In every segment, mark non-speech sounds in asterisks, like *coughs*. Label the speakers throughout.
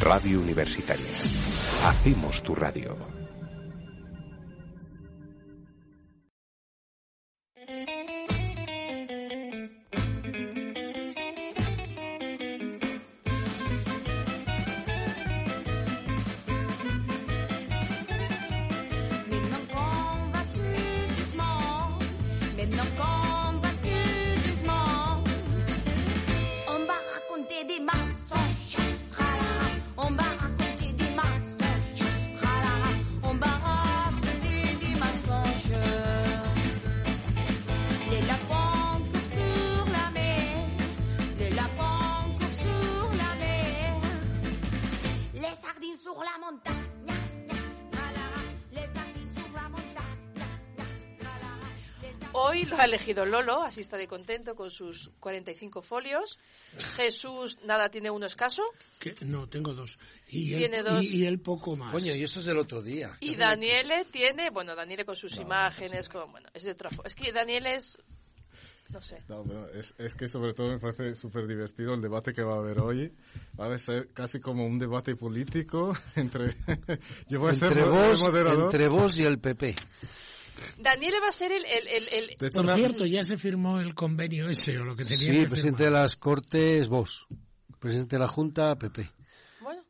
Speaker 1: Radio Universitaria. Hacemos tu radio.
Speaker 2: Maintenant qu'on va plus doucement, maintenant qu'on va plus doucement, on va raconter des mensonges, tralala. on va raconter des mensonges, tralala. on va raconter des mensonges. Les lapins courent sur la mer, les lapins courent sur la mer, les sardines sur la montagne. tralala. Les sardines sur la montagne. tralala.
Speaker 3: Hoy lo ha elegido Lolo, así está de contento con sus 45 folios. Jesús, nada, tiene uno escaso.
Speaker 4: Que- no, tengo dos. Y
Speaker 3: Tiene
Speaker 4: él,
Speaker 3: dos.
Speaker 4: Y, y él poco más.
Speaker 5: Coño, y esto es del otro día.
Speaker 3: Y Daniele tiene, bueno, Daniele con sus imágenes, con, bueno, es de otra fo- Es que Daniele es, no sé.
Speaker 6: No, pero es, es que sobre todo me parece súper divertido el debate que va a haber hoy. Va a ser casi como un debate político *laughs* entre... Yo voy a ser
Speaker 5: entre,
Speaker 6: mo-
Speaker 5: vos,
Speaker 6: moderador.
Speaker 5: entre vos y el PP.
Speaker 3: Daniele va a ser el, el, el- el-
Speaker 6: De hecho,
Speaker 4: Por
Speaker 6: me ha-
Speaker 4: cierto, ya se firmó el convenio ese o lo que tenía
Speaker 5: Sí, pues,
Speaker 4: que
Speaker 5: presidente de
Speaker 4: firmar.
Speaker 5: las Cortes, vos. Presidente de la Junta, PP.
Speaker 3: bueno,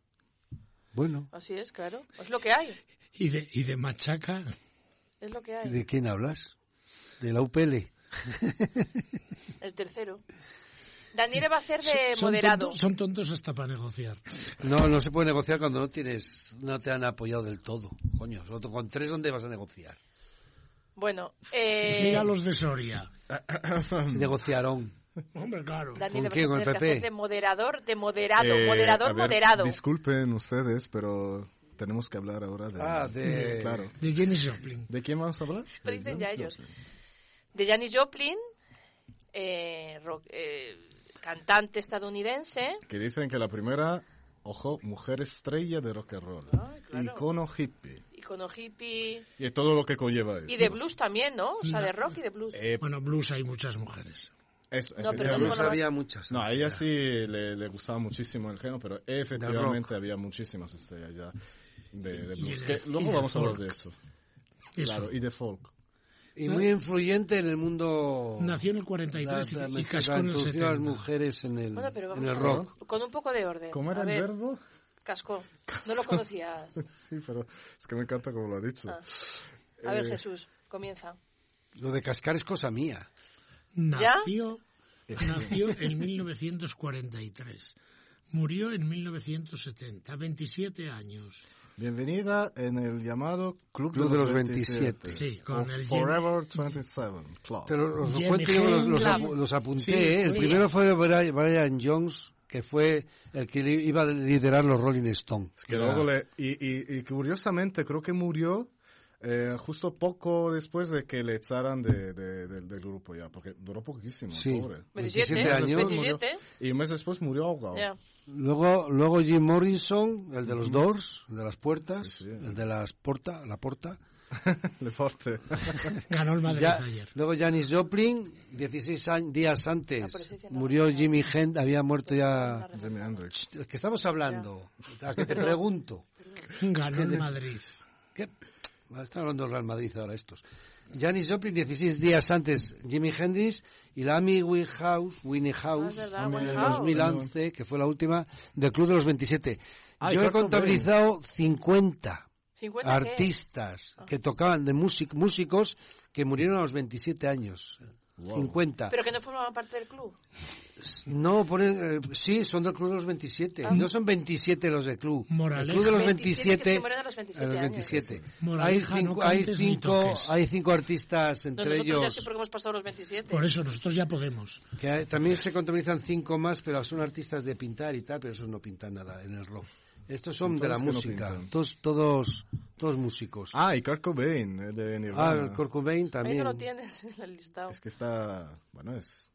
Speaker 5: Bueno,
Speaker 3: así es, claro. Es lo que hay,
Speaker 4: Y de, y de Machaca.
Speaker 3: es lo que
Speaker 5: ¿y
Speaker 3: hay.
Speaker 5: de quién hablas? ¿De la UPL?
Speaker 3: El tercero. Daniele va a ser de
Speaker 4: Son
Speaker 3: moderado.
Speaker 4: tontos- son tontos hasta para negociar.
Speaker 5: No, no se puede negociar cuando no tienes, no te han apoyado del todo. Coño, solo con tres, ¿dónde vas a negociar?
Speaker 3: Bueno, eh,
Speaker 4: Mira los de Soria.
Speaker 5: Ah, Negociaron.
Speaker 4: Hombre, claro.
Speaker 3: Daniele
Speaker 5: ¿con
Speaker 3: va
Speaker 5: quién?
Speaker 3: a
Speaker 5: ¿Con el
Speaker 3: tener que
Speaker 5: PP?
Speaker 3: hacer de moderador, de moderado,
Speaker 6: Eh,
Speaker 3: moderador,
Speaker 6: a ver,
Speaker 3: moderado.
Speaker 6: Disculpen ustedes, pero tenemos que hablar ahora de...
Speaker 5: Ah, de-
Speaker 6: Claro.
Speaker 4: De Jenny Joplin.
Speaker 6: ¿De quién vamos a hablar?
Speaker 3: Lo
Speaker 6: De
Speaker 3: dicen
Speaker 6: Janis
Speaker 3: ya ellos.
Speaker 6: Joplin.
Speaker 3: de Janis Joplin, eh, rock- eh, cantante estadounidense.
Speaker 6: Que dicen que la primera, ojo, mujer estrella de rock and roll.
Speaker 3: Ay, Ah, claro.
Speaker 6: Icono hippie.
Speaker 3: Icono hippie.
Speaker 6: Y todo lo que conlleva eso.
Speaker 3: Y de blues también, ¿no? O sea, de rock y de blues.
Speaker 6: Eh,
Speaker 4: Bueno, blues hay muchas mujeres.
Speaker 6: eso,
Speaker 3: No, pero
Speaker 6: efectivamente.
Speaker 3: digo
Speaker 5: Algunos
Speaker 3: no-
Speaker 5: había muchas.
Speaker 6: No, a ella sí le, le gustaba muchísimo el género, pero efectivamente había muchísimas estrellas ya de, de
Speaker 4: Y
Speaker 6: blues.
Speaker 4: el-
Speaker 6: Que
Speaker 4: y
Speaker 6: luego
Speaker 4: del
Speaker 6: vamos a hablar
Speaker 4: folk.
Speaker 6: de eso.
Speaker 4: Eso.
Speaker 6: Claro, y de folk.
Speaker 5: Y muy influyente en el mundo.
Speaker 4: Nació en el 43
Speaker 5: la- la-
Speaker 4: y cascó en el
Speaker 5: introducir a las
Speaker 4: 70.
Speaker 5: mujeres en el,
Speaker 3: Bueno, pero
Speaker 5: en
Speaker 3: vamos
Speaker 5: el
Speaker 3: a-
Speaker 5: rock.
Speaker 3: con un poco de orden.
Speaker 6: ¿Cómo era
Speaker 3: a
Speaker 6: el
Speaker 3: ver,
Speaker 6: verbo? *laughs*
Speaker 3: Cascó. No lo
Speaker 5: *laughs*
Speaker 3: conocías.
Speaker 6: Sí, pero es que me encanta como lo ha dicho.
Speaker 3: Ah. A ver,
Speaker 6: Eh,
Speaker 3: Jesús, comienza.
Speaker 5: Lo de cascar es cosa mía.
Speaker 4: Nació,
Speaker 5: Eh.
Speaker 4: nació en 1943. Murió en 1970, 27 años.
Speaker 6: Bienvenida en el llamado Club,
Speaker 5: Club de los 27.
Speaker 4: Sí, con
Speaker 6: o
Speaker 4: el
Speaker 6: Forever 27 Club.
Speaker 5: Te lo, os lo
Speaker 4: Jenny
Speaker 5: cuento yo, los, los
Speaker 4: Joplin.
Speaker 5: apu- los apunté.
Speaker 4: Sí,
Speaker 5: ¿eh? El
Speaker 3: sí.
Speaker 5: primero fue Brian Brian Jones, que fue el que li- iba a liderar los Rolling Stones.
Speaker 6: Es que luego le- y, y- y curiosamente creo que murió eh, justo poco después de que le echaran de- de- del- del grupo ya, porque duró poquísimo,
Speaker 5: Sí.
Speaker 6: pobre.
Speaker 3: 27,
Speaker 5: 27 años.
Speaker 3: 27.
Speaker 6: Y un mes después murió ahogado.
Speaker 5: oh.
Speaker 6: *laughs*
Speaker 3: Ya.
Speaker 5: Luego, luego Jim Morrison, el de los Doors, el de las puertas,
Speaker 6: Sí, sí.
Speaker 5: el de las porta, la porta.
Speaker 6: Le porte.
Speaker 4: Ganó el Madrid
Speaker 5: Ya-
Speaker 4: ayer.
Speaker 5: luego Janis Joplin, 16 a- días antes,
Speaker 3: pero sí, sí, no,
Speaker 5: murió Jimi Hendrix, había muerto ya.
Speaker 6: Jimi Hendrix.
Speaker 5: Ch, ¿Qué estamos hablando? ¿A qué te pregunto?
Speaker 4: Ganó el Madrid.
Speaker 5: ¿Qué? Vale, Están hablando del Real Madrid ahora estos. Janis Joplin, 16 días antes, Jimi Hendrix y la Amy Winehouse, Winehouse,
Speaker 3: Ah, es verdad,
Speaker 5: en el
Speaker 3: Winehouse.
Speaker 5: 2011, que fue la última, del Club de los 27.
Speaker 6: Ah, y
Speaker 5: Yo he
Speaker 6: Kurt Cobain.
Speaker 5: contabilizado 50
Speaker 3: 50 qué? Ah.
Speaker 5: artistas que tocaban de músic- músicos que murieron a los 27 años. 50.
Speaker 3: Pero que no formaban parte del club.
Speaker 5: No, ponen, eh, sí, son del Club de los 27.
Speaker 3: Ah.
Speaker 5: No son 27 los del club.
Speaker 4: Moraleja.
Speaker 5: El Club de los
Speaker 3: 27 que
Speaker 5: 27.
Speaker 3: se mueren a los 27
Speaker 5: a los
Speaker 3: años.
Speaker 5: 27. Hay
Speaker 4: Moraleja, no
Speaker 5: cinco, hay,
Speaker 4: cantes ni
Speaker 5: cinco,
Speaker 4: toques.
Speaker 5: hay cinco artistas,
Speaker 3: No,
Speaker 5: entre
Speaker 3: nosotros ya sí
Speaker 5: ellos,
Speaker 3: porque hemos pasado los 27.
Speaker 4: Por eso nosotros ya podemos.
Speaker 5: que hay- también se contabilizan cinco más, pero son artistas de pintar y tal, pero esos no pintan nada en el rock. Estos son de la
Speaker 6: Entonces, ¿qué no
Speaker 5: música,
Speaker 6: pintan?
Speaker 5: todos, todos, todos músicos. Ah,
Speaker 6: Ah, y Kurt Cobain, eh, de Nirvana.
Speaker 5: el Kurt Cobain
Speaker 3: Ahí
Speaker 5: también.
Speaker 3: no lo tienes *laughs* en el listado.
Speaker 6: Es que está... Bueno, es...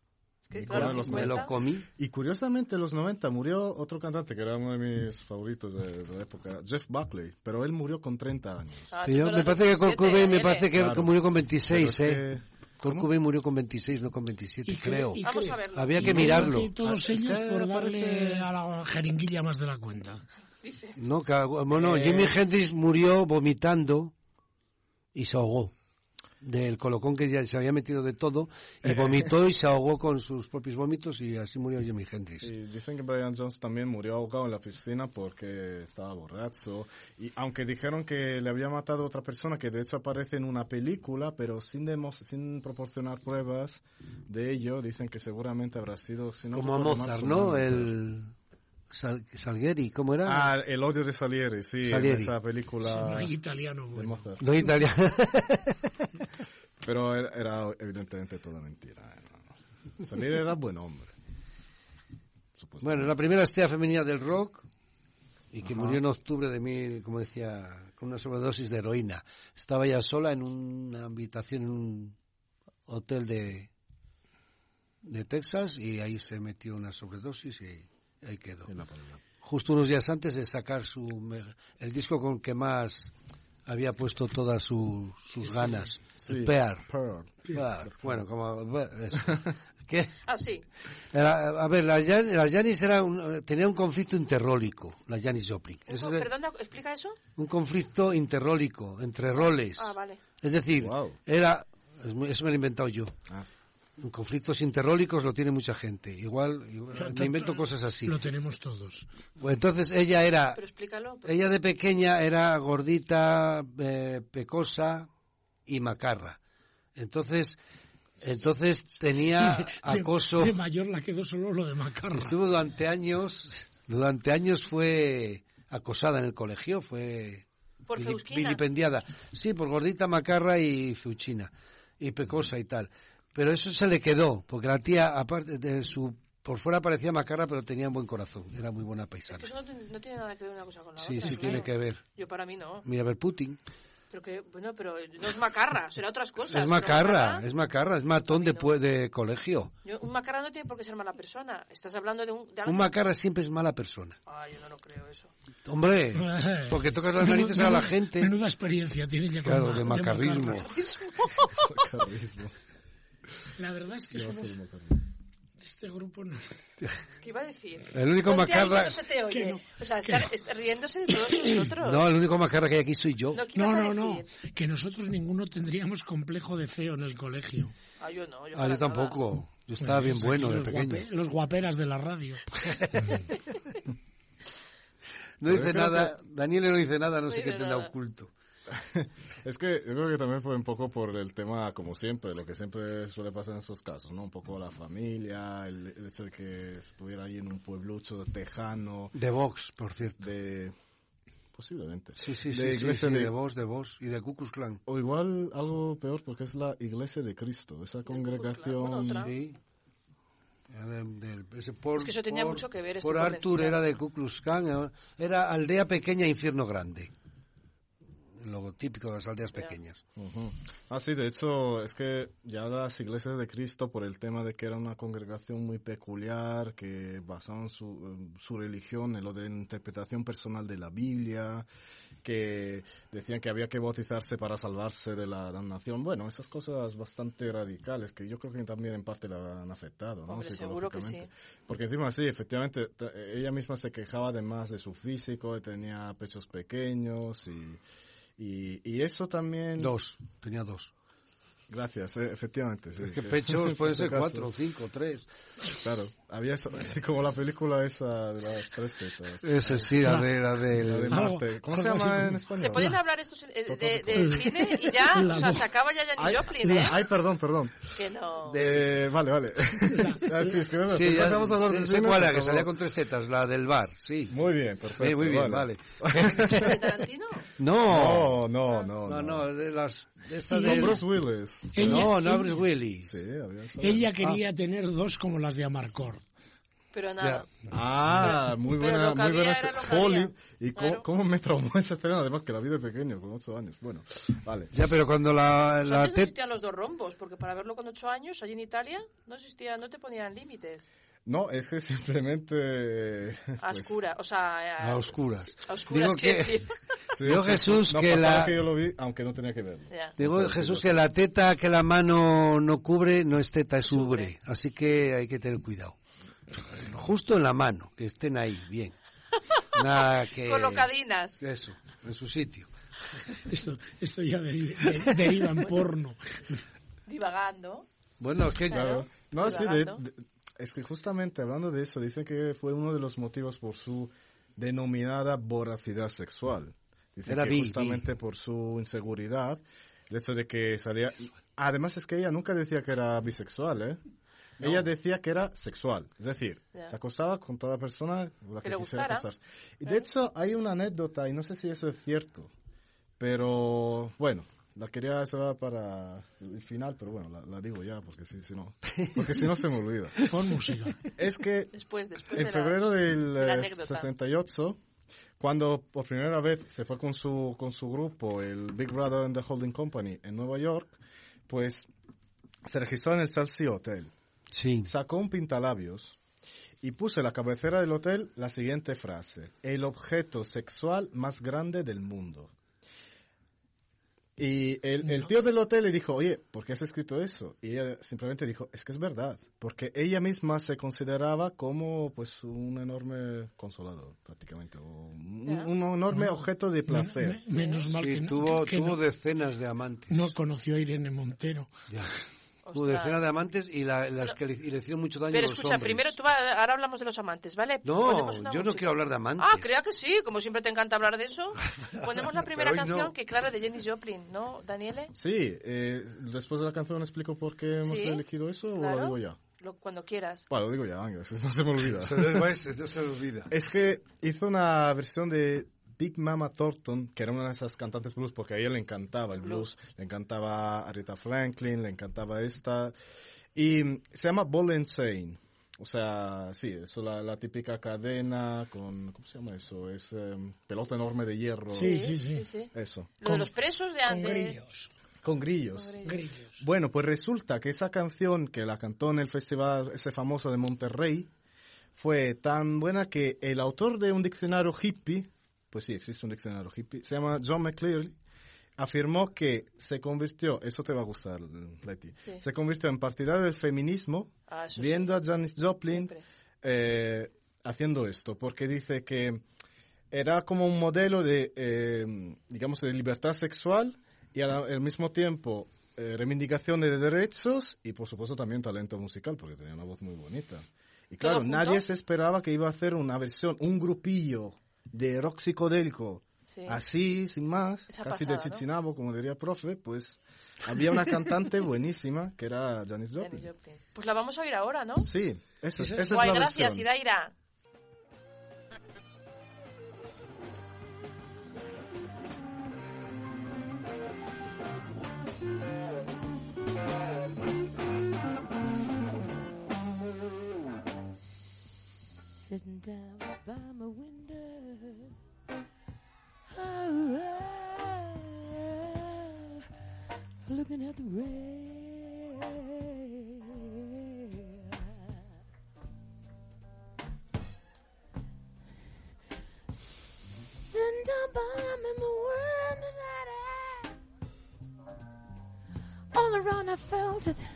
Speaker 3: Es que,
Speaker 6: Ni
Speaker 3: claro,
Speaker 6: con los
Speaker 5: Me lo
Speaker 3: 50.
Speaker 5: comí.
Speaker 6: Y curiosamente, en los 90 murió otro cantante que era uno de mis favoritos de, de la época, Jeff Buckley, pero él murió con 30 años.
Speaker 3: Ah, tú
Speaker 5: Pero
Speaker 3: no
Speaker 5: me
Speaker 3: eres
Speaker 5: parece que Kurt
Speaker 3: 27,
Speaker 5: Cobain me
Speaker 3: Daniele.
Speaker 5: parece que
Speaker 6: Claro.
Speaker 5: murió con
Speaker 6: Pero
Speaker 5: 26,
Speaker 6: es
Speaker 5: ¿eh?
Speaker 6: que- ¿Cómo?
Speaker 5: Corcovain murió con 26, no con 27,
Speaker 4: Y cre-
Speaker 5: creo.
Speaker 4: y
Speaker 3: Vamos
Speaker 4: creo-
Speaker 3: a verlo.
Speaker 5: Había que
Speaker 4: y
Speaker 5: mirarlo.
Speaker 4: Y todos
Speaker 6: Ah, es
Speaker 4: ellos
Speaker 6: que
Speaker 4: por darle
Speaker 6: parece-
Speaker 4: a la jeringuilla más de la cuenta.
Speaker 3: Dice.
Speaker 5: No, que- bueno,
Speaker 6: Eh,
Speaker 5: Jimi Hendrix murió vomitando y se ahogó del colocón que ya se había metido de todo
Speaker 6: Eh.
Speaker 5: y vomitó y se ahogó con sus propios vómitos y así murió Jimi Hendrix.
Speaker 6: Y dicen que Brian Jones también murió ahogado en la piscina porque estaba borracho. Y aunque dijeron que le había matado a otra persona, que de hecho aparece en una película, pero sin, demos- sin proporcionar pruebas de ello, dicen que seguramente habrá sido... Si no
Speaker 5: Como a
Speaker 6: recuerdo mal,
Speaker 5: Mozart,
Speaker 6: su
Speaker 5: ¿no?
Speaker 6: manager.
Speaker 5: El Sal- Salgueri, ¿cómo era?
Speaker 6: Ah, el odio de Salieri, sí, en
Speaker 5: Salieri.
Speaker 6: esa
Speaker 4: Si no
Speaker 5: Ah,
Speaker 6: película
Speaker 4: hay italiano
Speaker 6: de
Speaker 4: bueno.
Speaker 6: Mozart.
Speaker 5: No italiano.
Speaker 6: Pero era, era evidentemente toda mentira. hermano. Salieri era buen hombre.
Speaker 5: bueno,
Speaker 6: supuestamente.
Speaker 5: la primera estrella femenina del rock y que murió en octubre de mil, como decía, con una sobredosis de heroína. Estaba ya sola en una habitación en un hotel de, de Texas y ahí se metió una sobredosis y ahí quedó.
Speaker 6: En la palabra.
Speaker 5: Justo unos días antes de sacar su me- el disco con que más había puesto todas su- sus ganas, el
Speaker 6: Sí,
Speaker 5: Pear.
Speaker 6: Pearl.
Speaker 5: Pear. Bueno, como
Speaker 6: *laughs*
Speaker 5: eso. ¿Qué?
Speaker 3: Así.
Speaker 5: Era- a ver, la, Jan- la Janis era un- tenía un conflicto interrólico, la Janis Joplin. Ese es el-
Speaker 3: Perdón, ¿explica eso?
Speaker 5: un conflicto interrólico, entre roles.
Speaker 3: Ah, vale.
Speaker 5: Es decir,
Speaker 6: Guau.
Speaker 5: era, es muy- eso me lo he inventado yo.
Speaker 6: Ah.
Speaker 5: Conflictos interrólicos lo tiene mucha gente. Igual, igual- me invento cosas así.
Speaker 4: Lo tenemos todos.
Speaker 5: Pues Entonces ella era,
Speaker 3: Pero explícalo. pero-
Speaker 5: ella de pequeña era gordita, eh, pecosa y macarra. Entonces, entonces tenía acoso.
Speaker 4: De, de mayor la quedó solo lo de Macarra. *laughs*
Speaker 5: Estuvo durante años, durante años fue acosada en el colegio, fue
Speaker 3: Por
Speaker 5: vili-
Speaker 3: Feuskina.
Speaker 5: vilipendiada. Sí, por gordita macarra y feuchina, y pecosa y tal. Pero eso se le quedó, porque la tía, aparte de su, por fuera parecía macarra, pero tenía un buen corazón, era muy buena
Speaker 3: Es que
Speaker 5: paisana.
Speaker 3: eso no, tiene- no tiene nada que ver una cosa con la
Speaker 5: Sí,
Speaker 3: otra.
Speaker 5: sí,
Speaker 3: claro.
Speaker 5: tiene que ver.
Speaker 3: Yo para mí no.
Speaker 5: Mira, a ver, Putin.
Speaker 3: Pero que, bueno, pero no es macarra, será otras cosas.
Speaker 5: Es
Speaker 3: pero
Speaker 5: macarra, es macarra, es matón de,
Speaker 3: no.
Speaker 5: pue- de colegio.
Speaker 3: Yo- un macarra no tiene por qué ser mala persona. Estás hablando de un... de
Speaker 5: Un
Speaker 3: alguien-
Speaker 5: macarra siempre es mala persona.
Speaker 3: Ah, yo no lo creo eso.
Speaker 4: *laughs*
Speaker 5: Hombre, porque tocas las narices a la
Speaker 4: Menuda-
Speaker 5: gente.
Speaker 4: Menuda experiencia tiene que
Speaker 5: Claro,
Speaker 4: formar
Speaker 5: de macarrismo.
Speaker 4: Macarra.
Speaker 6: Carisma.
Speaker 4: La verdad es que somos de este grupo no-
Speaker 3: ¿Qué iba a decir?
Speaker 5: El único
Speaker 3: Ponte ahí que
Speaker 5: Eh, macarra-
Speaker 3: no se te oye.
Speaker 4: Que no,
Speaker 3: O sea, estar, estar riéndose de todos nosotros.
Speaker 5: *coughs* No, el único macarra que hay aquí soy yo.
Speaker 3: No, ¿qué
Speaker 4: No,
Speaker 3: ibas a
Speaker 4: no,
Speaker 3: decir?
Speaker 4: no. Que nosotros ninguno tendríamos complejo de feo en el colegio. Pues
Speaker 3: Ah, yo no. Yo,
Speaker 5: Ah, yo
Speaker 3: para nada.
Speaker 5: tampoco. Yo estaba bien bueno de
Speaker 4: los,
Speaker 5: pequeño.
Speaker 4: guape- los guaperas de la radio.
Speaker 5: No
Speaker 6: Pero
Speaker 5: dice
Speaker 6: yo creo
Speaker 5: nada, Daniel no dice nada, no sé
Speaker 3: dice
Speaker 5: qué tendrá
Speaker 3: nada.
Speaker 5: oculto.
Speaker 6: Es que yo creo que también fue un poco por el tema, como siempre, lo que siempre suele pasar en esos casos, ¿no? Un poco la familia, el, el hecho de que estuviera ahí en un pueblucho tejano,
Speaker 5: De Vox, por cierto.
Speaker 6: de... posiblemente.
Speaker 5: Sí, sí,
Speaker 6: de
Speaker 5: sí, sí,
Speaker 6: iglesia
Speaker 5: sí,
Speaker 6: de-
Speaker 5: de Vox, de Vox y de Ku Klux Klan.
Speaker 6: O igual algo peor, porque es la iglesia de Cristo, esa
Speaker 3: bueno,
Speaker 6: congregación...
Speaker 3: otra.
Speaker 5: Sí. Era de- del- ese por,
Speaker 3: Es que eso tenía mucho que ver, este estoy
Speaker 5: Por Arthur
Speaker 3: convencida.
Speaker 5: era de Ku Klux Klan, era- era aldea pequeña, infierno grande. Lo típico de las aldeas pequeñas.
Speaker 6: Ujú. Ah, sí, de hecho, es que ya las iglesias de Cristo, por el tema de que era una congregación muy peculiar, que basaban su, eh, su religión en lo de la interpretación personal de la Biblia, que decían que había que bautizarse para salvarse de la damnación. Bueno, esas cosas bastante radicales que yo creo que también en parte la han afectado, ¿no?
Speaker 3: Hombre, seguro que sí.
Speaker 6: Psicológicamente. Porque encima sí, efectivamente, ta- ella misma se quejaba además de su físico, tenía pechos pequeños y... Y, y eso también...
Speaker 5: Dos, tenía dos.
Speaker 6: Gracias, eh, efectivamente. sí.
Speaker 5: Es que pechos *laughs* pueden ser
Speaker 6: Casos,
Speaker 5: cuatro, cinco, tres.
Speaker 6: Claro, había eso, *laughs* así como la película esa de las tres tetas.
Speaker 5: Ese sí, la de, Ah. la
Speaker 6: La de
Speaker 5: del... Ah.
Speaker 4: Algo-
Speaker 6: Marte. ¿Cómo se
Speaker 4: algo así
Speaker 6: llama en
Speaker 4: como-
Speaker 6: español?
Speaker 3: Se pueden hablar estos eh, de, de cine y ya, o sea, se acaba ya Janis
Speaker 6: Ah, Ay,
Speaker 3: Joplin, ¿eh?
Speaker 6: ay, perdón, perdón.
Speaker 3: Que no.
Speaker 6: Eh,
Speaker 5: *laughs*
Speaker 6: vale, vale. *laughs* Ah, sí, es que no,
Speaker 5: Sí, ya
Speaker 6: empezamos a hablar de
Speaker 5: sé, sé
Speaker 6: cine,
Speaker 5: cuál era,
Speaker 6: por
Speaker 5: que salía
Speaker 6: favor.
Speaker 5: con tres tetas, la del bar, sí.
Speaker 6: Muy bien, perfecto.
Speaker 5: Eh, muy bien, vale.
Speaker 3: ¿De Tarantino?
Speaker 5: no,
Speaker 6: No, no, no.
Speaker 5: no, no, de las... De esta
Speaker 6: Con
Speaker 5: de...
Speaker 6: Bruce Willis.
Speaker 4: Ella-
Speaker 5: no, no abres Willy.
Speaker 6: Sí, había eso.
Speaker 4: Ella quería tener dos como las de Amarcord.
Speaker 3: Pero nada.
Speaker 6: Ah, muy
Speaker 3: Pero
Speaker 6: buena,
Speaker 3: lo que
Speaker 6: muy
Speaker 3: había
Speaker 6: buena.
Speaker 3: era lo que
Speaker 6: Holly.
Speaker 3: había.
Speaker 6: ¿Y
Speaker 3: Claro.
Speaker 6: cómo, cómo me traumó esa escena? Además que la vi de pequeño, con ocho años. Bueno, vale.
Speaker 5: Ya, pero cuando la,
Speaker 3: Antes
Speaker 5: la
Speaker 3: no
Speaker 5: teta...
Speaker 3: existían los dos rombos, porque para verlo con ocho años, allí en Italia, no existía, no te ponían límites.
Speaker 6: No, es que *laughs* simplemente...
Speaker 3: A
Speaker 6: pues,
Speaker 3: oscuras, o sea, a,
Speaker 5: a oscuras.
Speaker 3: a oscuras,
Speaker 5: Digo
Speaker 3: quiero
Speaker 5: que-
Speaker 3: decir. *laughs*
Speaker 6: sí,
Speaker 5: Digo,
Speaker 6: o sea,
Speaker 5: Jesús,
Speaker 6: no
Speaker 5: que
Speaker 6: pasaba
Speaker 5: la-
Speaker 6: que yo lo vi, aunque no tenía que verlo.
Speaker 3: Ya.
Speaker 5: Digo, Jesús, que la teta que la mano no cubre, no es teta, es ubre. Así que hay que tener cuidado. Justo en la mano, que estén ahí,
Speaker 3: *laughs*
Speaker 5: bien. Nada que...
Speaker 3: Colocadinas.
Speaker 5: Eso, en su sitio.
Speaker 4: Esto, esto ya deriva, de- deriva en porno.
Speaker 3: divagando.
Speaker 5: Bueno, es que...
Speaker 3: Claro.
Speaker 6: No, sí, de-
Speaker 3: Divagando.
Speaker 6: de- es que justamente hablando de eso, dicen que fue uno de los motivos por su denominada voracidad sexual. Dicen
Speaker 5: Era
Speaker 6: que
Speaker 5: bi, bi.
Speaker 6: justamente por su inseguridad, el hecho de que salía... Además es que ella nunca decía que era bisexual, ¿eh? Ella decía que era sexual, es decir,
Speaker 3: Ya.
Speaker 6: se acostaba con toda persona con la
Speaker 3: Que
Speaker 6: que,
Speaker 3: le
Speaker 6: quisiera
Speaker 3: gustara.
Speaker 6: acostarse. Y de hecho hay una anécdota, y no sé si eso es cierto, pero bueno, la quería esa para el final, pero bueno, la, la digo ya, porque si, si no, porque si no se me olvida.
Speaker 4: Con música.
Speaker 3: *laughs*
Speaker 6: Es que
Speaker 3: Después, después
Speaker 6: en
Speaker 3: de la-
Speaker 6: febrero del
Speaker 3: de la
Speaker 6: eh,
Speaker 3: anécdota.
Speaker 6: 68, cuando por primera vez se fue con su, con su grupo, el Big Brother and the Holding Company, en Nueva York, pues se registró en el Chelsea Hotel
Speaker 5: Sí.
Speaker 6: sacó un pintalabios y puso en la cabecera del hotel la siguiente frase, el objeto sexual más grande del mundo. Y el, el tío del hotel le dijo, oye, ¿por qué has escrito eso? Y ella simplemente dijo, es que es verdad, porque ella misma se consideraba como pues un enorme consolador, prácticamente, o un,
Speaker 3: Ya.
Speaker 6: un enorme objeto de
Speaker 4: Men-
Speaker 6: placer.
Speaker 4: men- menos mal que,
Speaker 5: Sí,
Speaker 4: no-
Speaker 5: tuvo,
Speaker 4: que
Speaker 5: tuvo
Speaker 4: no,
Speaker 5: decenas de amantes.
Speaker 4: no conoció a Irene Montero.
Speaker 5: Ya. Tuvo
Speaker 3: Ostras.
Speaker 5: decenas de amantes y, la- las que le, y le hicieron mucho daño
Speaker 3: Pero
Speaker 5: los
Speaker 3: escucha,
Speaker 5: hombres.
Speaker 3: primero tú va- ahora hablamos de los amantes, ¿vale?
Speaker 5: No,
Speaker 3: Ponemos una
Speaker 5: yo no
Speaker 3: música.
Speaker 5: quiero hablar de amantes.
Speaker 3: Ah, creo que sí, como siempre te encanta hablar de
Speaker 5: *laughs*
Speaker 3: eso. Ponemos la primera
Speaker 5: Pero hoy no.
Speaker 3: canción, que claro, de Jenny Joplin, ¿no, Daniele?
Speaker 6: Sí, eh, después de la canción explico por qué hemos
Speaker 3: Sí,
Speaker 6: elegido eso o
Speaker 3: claro.
Speaker 6: lo digo ya.
Speaker 3: Lo- cuando quieras.
Speaker 6: Bueno, lo digo ya, venga, *laughs* no se me olvida.
Speaker 5: Se les va ese, se les olvida.
Speaker 6: Es que hizo una versión de Big Mama Thornton, que era una de esas cantantes blues, porque a ella le encantaba el blues, le encantaba Aretha Franklin, le encantaba esta. Y mm, se llama Ball and Chain. O sea, sí, es la, la típica cadena con. ¿Cómo se llama eso? Es em, pelota enorme de hierro.
Speaker 4: Sí, sí, sí.
Speaker 6: Eso.
Speaker 3: Lo de los presos de
Speaker 4: Con
Speaker 3: antes.
Speaker 4: grillos.
Speaker 6: Con grillos.
Speaker 4: Grillos.
Speaker 6: Bueno, pues resulta que esa canción que la cantó en el festival ese famoso de Monterrey fue tan buena que el autor de un diccionario hippie, pues sí, existe un diccionario hippie, se llama John McCleary, afirmó que se convirtió, eso te va a gustar, Leti,
Speaker 3: Sí.
Speaker 6: se convirtió en partidario del feminismo
Speaker 3: Ah, eso sí,
Speaker 6: viendo a Janis Joplin
Speaker 3: siempre.
Speaker 6: eh, haciendo esto, porque dice que era como un modelo de, eh, digamos, de libertad sexual y al, al mismo tiempo eh, reivindicación de derechos y, por supuesto, también talento musical, porque tenía una voz muy bonita. Y
Speaker 3: ¿Todo
Speaker 6: claro,
Speaker 3: junto?
Speaker 6: nadie se esperaba que iba a hacer una versión, un grupillo de rock psicodélico,
Speaker 3: Sí.
Speaker 6: así, sin más,
Speaker 3: Esa
Speaker 6: casi
Speaker 3: pasada, ¿no?
Speaker 6: de Chichinabo, como diría profe, pues había una cantante *laughs* buenísima que era
Speaker 3: Janis
Speaker 6: Janis Joplin.
Speaker 3: Joplin. Pues la vamos a oír ahora, ¿no?
Speaker 6: Sí, esa, esa es
Speaker 3: Guay,
Speaker 6: la
Speaker 3: gracias,
Speaker 6: versión.
Speaker 3: Idaira.
Speaker 2: sitting down by my window. Oh, looking at the rain. Sitting down by my window, daddy. all around I felt it.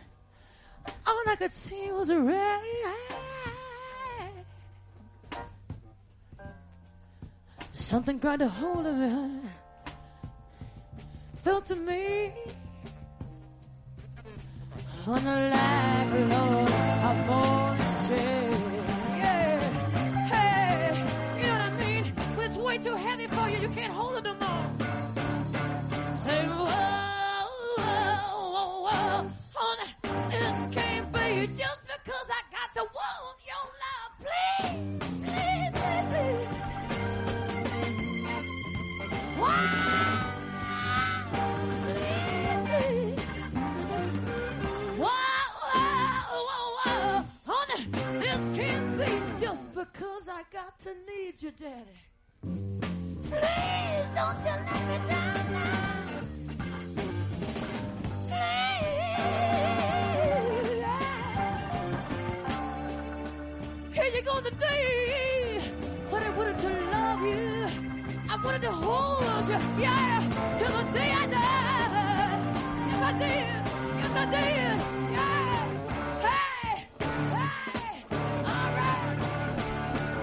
Speaker 2: All I could see was a rain. Something grabbed a hold of me. Felt to me. On a lag, Lord, I'm on a trail. Yeah. Hey, you know what I mean? But it's way too heavy for you. You can't hold it no more. Say, whoa, whoa, whoa, whoa. Honey, it can't be just because I got to want your love. Please, please, please, please. Why? Please, please. Whoa, whoa, whoa, whoa. Honey, this can't be just because I got to need you, Daddy. Please don't you let me down now. Please. the day when I wanted to love you. I wanted to hold you, yeah, till the day I died. Yes, I did. Yes, I did. Yeah. Hey, hey, all right.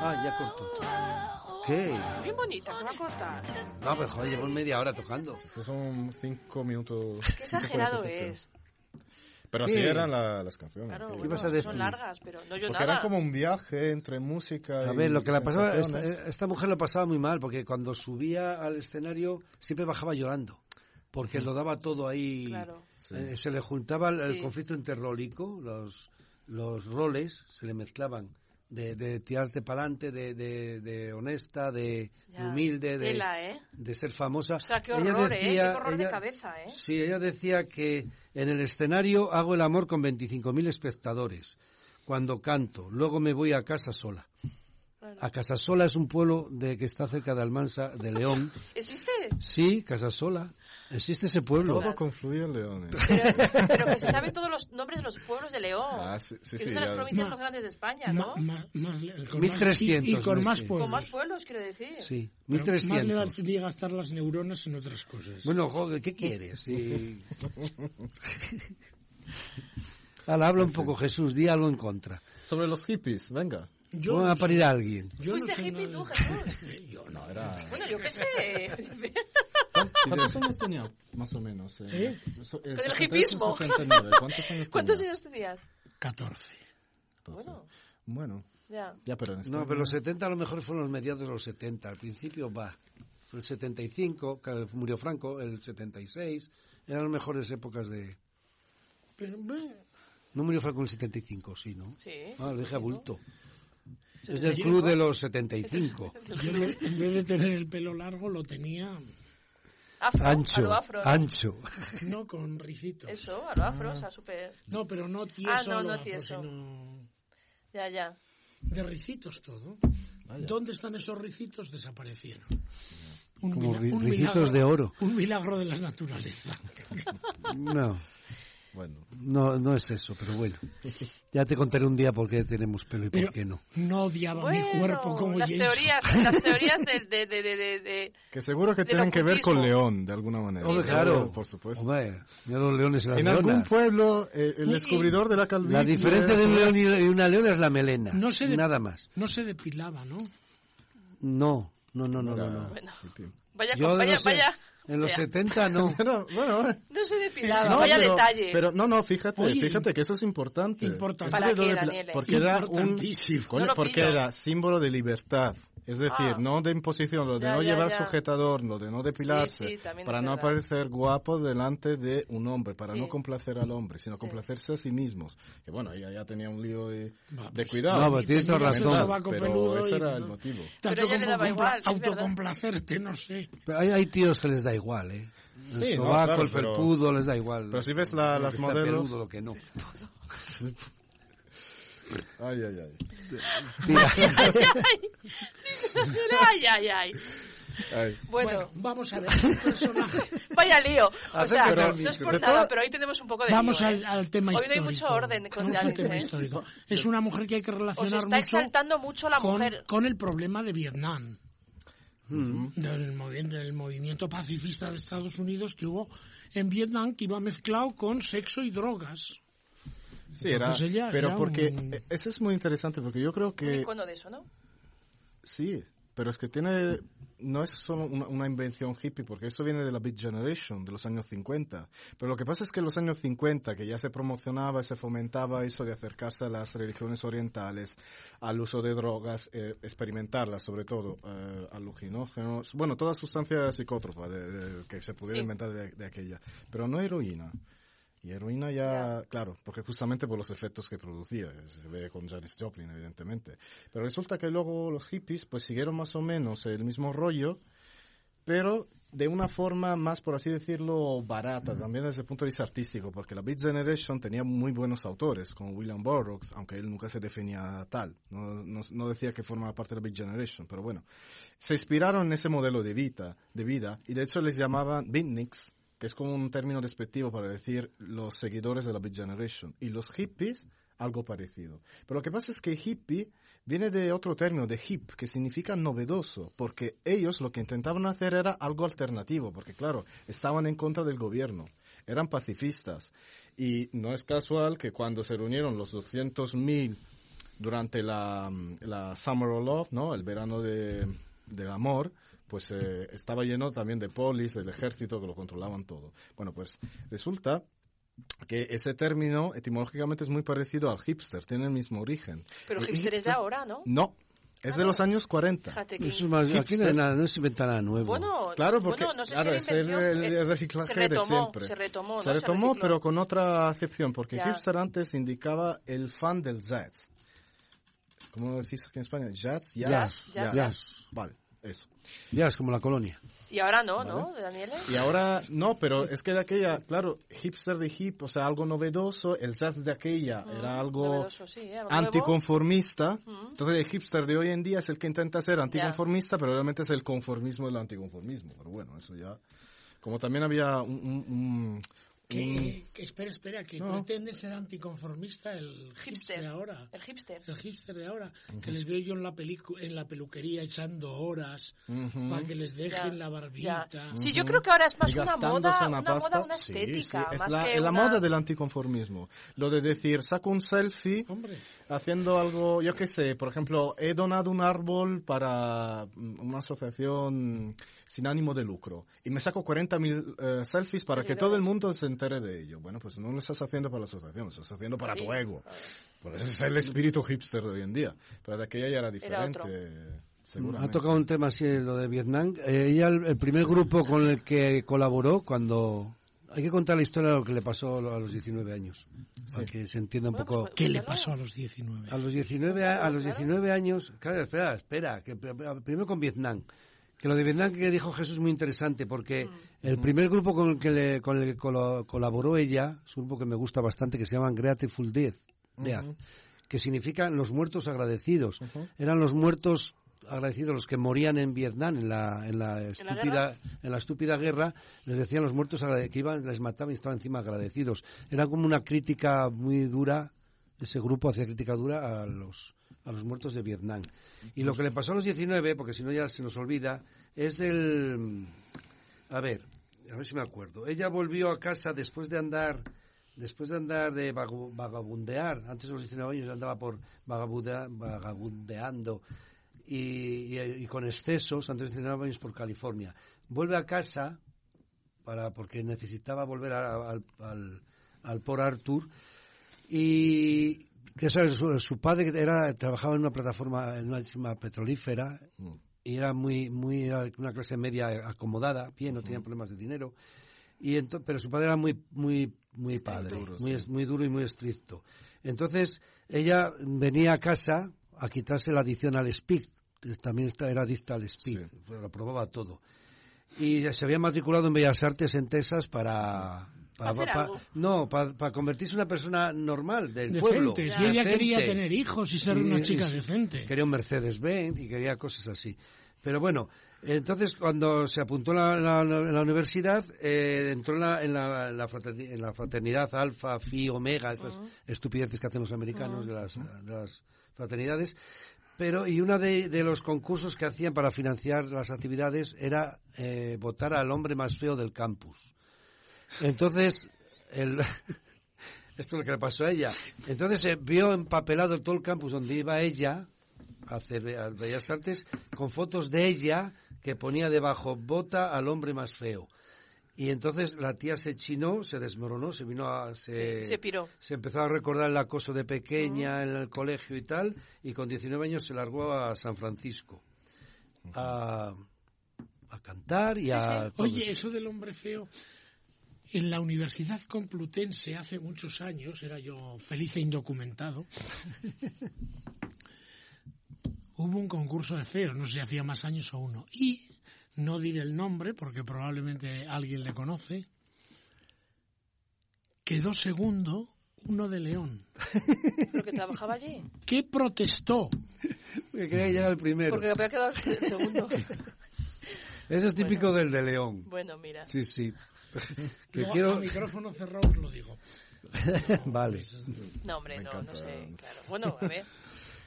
Speaker 5: Ah, ya cortó. ¿Qué?
Speaker 3: Bien bonita, que va a cortar.
Speaker 5: No, pues joder, llevo media hora tocando.
Speaker 6: Eso son cinco minutos.
Speaker 3: Qué exagerado
Speaker 6: cinco minutos
Speaker 3: es.
Speaker 6: entero. Pero así
Speaker 5: Sí.
Speaker 6: eran la- las canciones.
Speaker 3: Claro,
Speaker 6: que-
Speaker 3: bueno,
Speaker 5: vas a decir?
Speaker 3: son largas, pero no yo
Speaker 6: Porque
Speaker 3: nada.
Speaker 6: era como un viaje entre música
Speaker 5: A
Speaker 6: y
Speaker 5: ver, lo que la pasaba, esta, eh,
Speaker 6: sensaciones.
Speaker 5: esta mujer lo pasaba muy mal, porque cuando subía al escenario siempre bajaba llorando, porque lo daba todo ahí.
Speaker 3: Claro.
Speaker 5: Eh, se le juntaba el, el
Speaker 3: Sí.
Speaker 5: conflicto interrólico, los, los roles se le mezclaban, de, de tirarte para adelante, de, de- de honesta, de, de
Speaker 3: Ya.
Speaker 5: humilde, de,
Speaker 3: Tela, ¿eh?
Speaker 5: de ser famosa.
Speaker 3: O sea, qué
Speaker 5: Ella
Speaker 3: horror, ¿eh?
Speaker 5: decía-
Speaker 3: Qué horror de
Speaker 5: ella-
Speaker 3: cabeza, ¿eh?
Speaker 5: Sí, ella decía que en el escenario hago el amor con 25.000 espectadores cuando canto, luego me voy a casa sola. A Casasola es un pueblo de que está cerca de Almansa, de León.
Speaker 3: ¿Existe?
Speaker 5: Sí, Casasola. Existe ese pueblo.
Speaker 6: Todo confluye en León. ¿eh?
Speaker 3: Pero, pero que se saben todos los nombres de los pueblos de León.
Speaker 6: Ah, sí, sí,
Speaker 3: que
Speaker 6: sí,
Speaker 3: son de las
Speaker 6: ya-
Speaker 3: provincias
Speaker 4: Ma-
Speaker 3: más grandes de España,
Speaker 4: Ma-
Speaker 3: ¿no?
Speaker 4: ma- más le- con
Speaker 5: 1300,
Speaker 4: Más, y- y con
Speaker 5: no
Speaker 4: más
Speaker 5: sé.
Speaker 4: pueblos.
Speaker 3: Con más pueblos, quiero decir.
Speaker 5: Sí,
Speaker 4: Pero Más le
Speaker 5: 1300.
Speaker 4: valdría gastar las neuronas en otras cosas.
Speaker 5: Bueno, joder, ¿qué quieres? Y- Ahora habla un poco Jesús, di algo en contra.
Speaker 6: *laughs* Sobre los hippies, venga.
Speaker 4: yo
Speaker 5: Vamos
Speaker 4: no
Speaker 5: a
Speaker 4: sé-
Speaker 5: parir a alguien.
Speaker 4: yo no
Speaker 3: ¿Fuiste
Speaker 4: sé
Speaker 3: hippie
Speaker 4: nada
Speaker 3: tú,
Speaker 4: de-
Speaker 3: Jesús?
Speaker 4: Yo no.
Speaker 6: No, era...
Speaker 3: Bueno, yo qué sé. *laughs*
Speaker 6: ¿Cuántos años tenía? Más o menos.
Speaker 4: ¿Eh?
Speaker 6: Con
Speaker 3: Con el hipismo.
Speaker 6: ¿Cuántos años
Speaker 3: *laughs* ¿Cuántos
Speaker 6: tenía?
Speaker 3: años tenías?
Speaker 4: 14.
Speaker 6: Entonces,
Speaker 3: Bueno,
Speaker 6: Bueno,
Speaker 3: ya.
Speaker 6: ya, pero en España...
Speaker 5: No, pero los 70 a lo mejor fueron los mediados de los 70. Al principio va. El 75, que murió Franco, el 76. Eran las mejores épocas de...
Speaker 4: Pero, bueno,
Speaker 5: No murió Franco en el 75, sí, ¿no?
Speaker 3: Sí.
Speaker 5: Ah, lo dije a bulto. Es del
Speaker 3: 75.
Speaker 5: club de los 75.
Speaker 4: yo no- en vez de tener el pelo largo lo tenía
Speaker 3: Afro, a
Speaker 5: Ancho,
Speaker 3: lo afro. ¿no?
Speaker 5: ancho.
Speaker 4: no con ricitos.
Speaker 3: Eso, a lo afro, o sea, súper...
Speaker 4: No, pero no pues tieso,
Speaker 3: Ah, no,
Speaker 4: a lo
Speaker 3: no
Speaker 4: afro,
Speaker 3: tieso.
Speaker 4: sino
Speaker 3: Ya, ya.
Speaker 4: de ricitos todo. ¿Dónde están esos ricitos? Desaparecieron. Un
Speaker 5: Como
Speaker 4: mila-
Speaker 5: ri-
Speaker 4: un
Speaker 5: ricitos
Speaker 4: milagro-
Speaker 5: de oro.
Speaker 4: Un milagro de la naturaleza.
Speaker 5: No,
Speaker 6: Bueno,
Speaker 5: no, no es eso, pero bueno. Ya te contaré un día por qué tenemos pelo y por
Speaker 4: Pero
Speaker 5: qué no.
Speaker 4: no odiaba mi cuerpo como
Speaker 3: las
Speaker 4: Jason.
Speaker 3: teorías, las teorías de, de, de, de, de- de-
Speaker 6: que seguro que
Speaker 3: Del
Speaker 6: tienen que ver con
Speaker 3: ocultismo.
Speaker 6: León, de alguna manera.
Speaker 5: Hombre,
Speaker 6: Sí,
Speaker 5: claro.
Speaker 6: Por supuesto.
Speaker 5: Hombre, mira los leones y las
Speaker 6: En algún
Speaker 5: leonas.
Speaker 6: pueblo, eh, el descubridor de la calvicie...
Speaker 5: La diferencia de un león y y una leona es la melena.
Speaker 4: No se de-
Speaker 5: Nada más.
Speaker 4: No se depilaba, ¿no?
Speaker 5: No, no, no, no, no. no.
Speaker 3: Bueno,
Speaker 6: hippie.
Speaker 3: vaya,
Speaker 5: Yo
Speaker 3: con-
Speaker 5: de
Speaker 3: vaya,
Speaker 5: los se-
Speaker 3: vaya.
Speaker 5: En los
Speaker 3: sea, *laughs*
Speaker 5: 70 no.
Speaker 6: Pero, *laughs* bueno, eh.
Speaker 3: No se depilaba,
Speaker 6: No,
Speaker 3: vaya
Speaker 6: pero-
Speaker 3: detalle.
Speaker 6: Pero no, no, fíjate,
Speaker 4: Oye,
Speaker 6: fíjate que eso es importante.
Speaker 4: importante.
Speaker 6: Eso
Speaker 3: ¿Para
Speaker 6: es lo
Speaker 3: qué,
Speaker 6: de-
Speaker 3: Daniel, eh?
Speaker 6: Porque era un
Speaker 4: Importantísimo.
Speaker 6: coño,
Speaker 3: No lo
Speaker 6: porque
Speaker 3: pillo.
Speaker 6: era símbolo de libertad. Es decir,
Speaker 3: Ah.
Speaker 6: no de imposición, lo de
Speaker 3: Ya,
Speaker 6: no
Speaker 3: ya,
Speaker 6: llevar
Speaker 3: ya.
Speaker 6: sujetador, lo de no depilarse,
Speaker 3: Sí, sí, también es
Speaker 6: para no
Speaker 3: verdad.
Speaker 6: aparecer guapo delante de un hombre, para
Speaker 3: Sí.
Speaker 6: no complacer al hombre, sino complacerse a sí mismos. Que bueno, ella ya tenía un lío de, de cuidado.
Speaker 5: No, pero tienes toda
Speaker 4: Tenía
Speaker 5: razón.
Speaker 4: su sobaco
Speaker 6: Pero
Speaker 4: peludo
Speaker 6: ese
Speaker 4: y-
Speaker 6: era el motivo.
Speaker 4: Tanto
Speaker 3: Pero ella le
Speaker 4: como
Speaker 3: daba
Speaker 4: compla-
Speaker 3: igual, es verdad.
Speaker 4: autocomplacerte, no sé.
Speaker 5: Pero hay, hay tíos que les da igual, ¿eh? El
Speaker 6: Sí, no,
Speaker 5: sobaco,
Speaker 6: claro,
Speaker 5: el
Speaker 6: pero-
Speaker 5: felpudo, les da igual.
Speaker 6: pero si ves la-
Speaker 5: Lo
Speaker 6: las
Speaker 5: que está
Speaker 6: modelos-
Speaker 5: peludo, lo que no.
Speaker 6: Ay, ay, ay.
Speaker 5: Tira.
Speaker 3: *laughs* Ay, ay, ay.
Speaker 6: Ay.
Speaker 3: Bueno,
Speaker 4: Vamos a ver, un
Speaker 3: *laughs*
Speaker 4: personaje.
Speaker 3: vaya lío. O sea,
Speaker 5: Acércate al
Speaker 3: no es
Speaker 5: micro.
Speaker 3: por
Speaker 5: De
Speaker 3: nada, pero hoy tenemos un poco de
Speaker 4: Vamos
Speaker 3: lío,
Speaker 4: al,
Speaker 3: ¿eh?
Speaker 4: al tema
Speaker 3: Hoy no hay
Speaker 4: histórico.
Speaker 3: mucho orden con
Speaker 4: Vamos al
Speaker 3: Janis,
Speaker 4: tema
Speaker 3: ¿eh?
Speaker 4: histórico. Es una mujer que hay que
Speaker 3: Os
Speaker 4: relacionar
Speaker 3: está
Speaker 4: mucho
Speaker 3: exaltando mucho la
Speaker 4: con,
Speaker 3: mujer.
Speaker 4: con el problema de Vietnam. Del, movi- del movimiento pacifista de Estados Unidos que hubo en Vietnam que iba mezclado con sexo y drogas.
Speaker 6: Sí, era.
Speaker 4: Pues ella
Speaker 6: pero
Speaker 4: era
Speaker 6: porque
Speaker 4: un-
Speaker 6: eh, eso es muy interesante, porque yo creo
Speaker 3: Un
Speaker 6: que
Speaker 3: icono de eso, ¿no?
Speaker 6: sí. Pero es que tiene, no es solo una, una invención hippie, porque eso viene de la Beat Generation, de los años 50. Pero lo que pasa es que en los años 50, que ya se promocionaba y se fomentaba eso de acercarse a las religiones orientales, al uso de drogas, eh, experimentarlas sobre todo, eh, alucinógenos, bueno, toda sustancia psicótropa de- de- que se pudiera
Speaker 3: Sí.
Speaker 6: inventar de, de aquella, pero no heroína. Y heroína ya, claro, porque justamente por los efectos que producía, se ve con Janis Joplin, evidentemente. Pero resulta que luego los hippies pues siguieron más o menos el mismo rollo, pero de una forma más, por así decirlo, barata, también desde el punto de vista artístico, porque la Beat Generation tenía muy buenos autores, como William Burroughs, aunque él nunca se definía tal, no, no- no decía que formaba parte de la Beat Generation, pero bueno. Se inspiraron en ese modelo de vida, de vida y de hecho les llamaban beatniks, que es como un término despectivo para decir los seguidores de la Beat Generation, y los hippies, algo parecido. Pero lo que pasa es que hippie viene de otro término, de hip, que significa novedoso, porque ellos lo que intentaban hacer era algo alternativo, porque claro, estaban en contra del gobierno, eran pacifistas. Y no es casual que cuando se reunieron los 200.000 durante la, la Summer of Love, ¿no? El verano de, del amor, pues eh, estaba lleno también de polis, del ejército, que lo controlaban todo. Bueno, pues resulta que ese término etimológicamente es muy parecido al hipster, tiene el mismo origen.
Speaker 3: Pero
Speaker 6: El
Speaker 3: hipster es de ahora, ¿no?
Speaker 6: No, es de los años 40.
Speaker 3: Fíjate que...
Speaker 5: Eso es más- aquí no, hay nada, no se inventa nada nuevo.
Speaker 3: Bueno,
Speaker 6: Claro, porque
Speaker 3: bueno, no sé
Speaker 6: claro,
Speaker 3: si era
Speaker 6: es el,
Speaker 3: invención,
Speaker 6: el-
Speaker 3: eh,
Speaker 6: el reciclaje
Speaker 3: se retomó,
Speaker 6: de siempre.
Speaker 3: Se retomó, ¿no?
Speaker 6: Se retomó,
Speaker 3: recicló.
Speaker 6: pero con otra acepción, porque
Speaker 3: Ya.
Speaker 6: hipster antes indicaba el fan del jazz. ¿Cómo lo decís aquí en España? Jazz, jazz,
Speaker 5: Jazz,
Speaker 3: jazz.
Speaker 5: jazz.
Speaker 6: Vale, eso.
Speaker 5: Ya es como la colonia.
Speaker 3: Y ahora no, ¿no, Daniele?
Speaker 6: Y ahora, no, pero es que de aquella, claro, hipster de hip, o sea, algo novedoso, el jazz de aquella era algo
Speaker 3: Mm, Novedoso, sí, era nuevo. Mm.
Speaker 6: anticonformista. Entonces el hipster de hoy en día es el que intenta ser anticonformista, pero realmente es el conformismo del anticonformismo. Pero bueno, eso ya... Como también había un... un- un-
Speaker 4: Que,
Speaker 6: un-
Speaker 5: Mm.
Speaker 4: que espera, espera, que
Speaker 6: No.
Speaker 4: pretende ser anticonformista el hipster,
Speaker 3: Hipster.
Speaker 4: ahora.
Speaker 3: El hipster.
Speaker 4: El hipster de ahora, que les veo yo en la, pelicu- en la peluquería echando horas
Speaker 6: Ujú.
Speaker 4: para que les dejen la
Speaker 3: Ya.
Speaker 4: barbita.
Speaker 3: Sí, yo creo que ahora es más
Speaker 6: y
Speaker 3: una
Speaker 6: gastándose
Speaker 3: moda, una,
Speaker 6: una pasta.
Speaker 3: moda, una
Speaker 6: Sí,
Speaker 3: estética.
Speaker 6: sí, es
Speaker 3: más
Speaker 6: la,
Speaker 3: que
Speaker 6: es la
Speaker 3: una-
Speaker 6: moda del anticonformismo. Lo de decir, saco un selfie
Speaker 4: Hombre,
Speaker 6: haciendo algo, yo qué sé, por ejemplo, he donado un árbol para mm, una asociación sin ánimo de lucro y me saco 40.000 eh, selfies para que todo el mundo se entere de ello. Bueno, pues no lo estás haciendo para la asociación, lo estás haciendo para tu ego. Por eso es el espíritu hipster de hoy en día. Pero de aquella ya era diferente,
Speaker 3: otro.
Speaker 6: seguramente.
Speaker 5: Ha tocado un tema así, lo de Vietnam. Eh, ella, el, el primer grupo con el que colaboró cuando... Hay que contar la historia de lo que le pasó a los 19 años, para que se entienda un
Speaker 3: Bueno,
Speaker 5: poco...
Speaker 3: pues,
Speaker 4: ¿qué le pasó a los 19?
Speaker 5: A los 19, a, a los 19 años, claro, espera, espera, que pr- pr- primero con Vietnam. Que lo de Vietnam que dijo Jesús es muy interesante porque el primer grupo con el que, le- con el que colo- colaboró ella es un grupo que me gusta bastante que se llaman Grateful Dead, Dead, que significa los muertos agradecidos. Eran los muertos agradecidos los que morían en Vietnam en la, en la estúpida en la estúpida guerra les decían los muertos agrade- que iban les mataban y estaban encima agradecidos era como una crítica muy dura ese grupo hacía crítica dura a los, a los muertos de Vietnam. Y lo que le pasó a los 19, porque si no ya se nos olvida, es del... A ver, a ver si me acuerdo. Ella volvió a casa después de andar... Después de andar de vagu- vagabundear, antes de los 19 años andaba por vagabundea- vagabundeando y, y- y con excesos, antes de los 19 años por California. Vuelve a casa para porque necesitaba volver a- al, al, al por Arthur y que sabes su, su padre era trabajaba en una plataforma en una firma petrolífera
Speaker 6: Mm.
Speaker 5: y era muy muy era de una clase media acomodada bien no tenía problemas de dinero y ento- pero su padre era muy muy muy padre muy es- muy duro y muy estricto entonces ella venía a casa a quitarse la adicción al speed que también esta- era adicta al speed lo probaba todo y se había matriculado en Bellas Artes en Texas para para-
Speaker 3: Hacer
Speaker 5: para-
Speaker 3: algo.
Speaker 5: no, para convertirse en una persona normal del pueblo.
Speaker 4: Decente, si ella
Speaker 5: decente.
Speaker 4: quería tener hijos y ser una
Speaker 5: Y-
Speaker 4: chica
Speaker 5: y-
Speaker 4: decente.
Speaker 5: Quería un Mercedes-Benz y quería cosas así. Pero bueno, entonces cuando se apuntó en la, la- la universidad, eh, entró en la, en, la, en la fraterni- en la fraternidad Alfa, Phi, Omega, estas estupideces que hacen los americanos de, las, de las fraternidades. Pero, y uno de, de los concursos que hacían para financiar las actividades era eh, votar al hombre más feo del campus. Entonces, el, eh, esto es lo que le pasó a ella. Entonces se vio empapelado todo el campus donde iba ella a, Cerve- a Bellas Artes con fotos de ella que ponía debajo bota al hombre más feo. Y entonces la tía se chinó, se desmoronó, se vino a...
Speaker 6: eh,
Speaker 5: Se,
Speaker 3: Sí, se Ah. piró.
Speaker 5: se empezó a recordar el acoso de pequeña en el colegio y tal, y con 19 años se largó a San Francisco a, a cantar y a... todo
Speaker 4: Oye,
Speaker 5: eso.
Speaker 4: eso del hombre feo. En la Universidad Complutense hace muchos años, era yo feliz e indocumentado,
Speaker 5: *laughs*
Speaker 4: hubo un concurso de feos, no sé si hacía más años o uno. Y no diré el nombre porque probablemente alguien le conoce. Quedó segundo uno de León,
Speaker 3: Pero que trabajaba
Speaker 6: *laughs*
Speaker 3: allí.
Speaker 4: que protestó.
Speaker 5: Me creía que ya era el primero.
Speaker 3: Porque me había quedado segundo.
Speaker 5: Eso es típico del de León.
Speaker 3: Bueno, mira.
Speaker 4: *laughs*
Speaker 5: Sí, sí. Que
Speaker 4: Yo
Speaker 5: quiero-
Speaker 4: a
Speaker 5: *laughs*
Speaker 4: micrófono cerrado os lo digo.
Speaker 5: vale.
Speaker 3: No, hombre,
Speaker 6: Me
Speaker 3: no,
Speaker 6: encanta.
Speaker 3: no sé. Claro. Bueno,
Speaker 6: *laughs*
Speaker 3: a ver.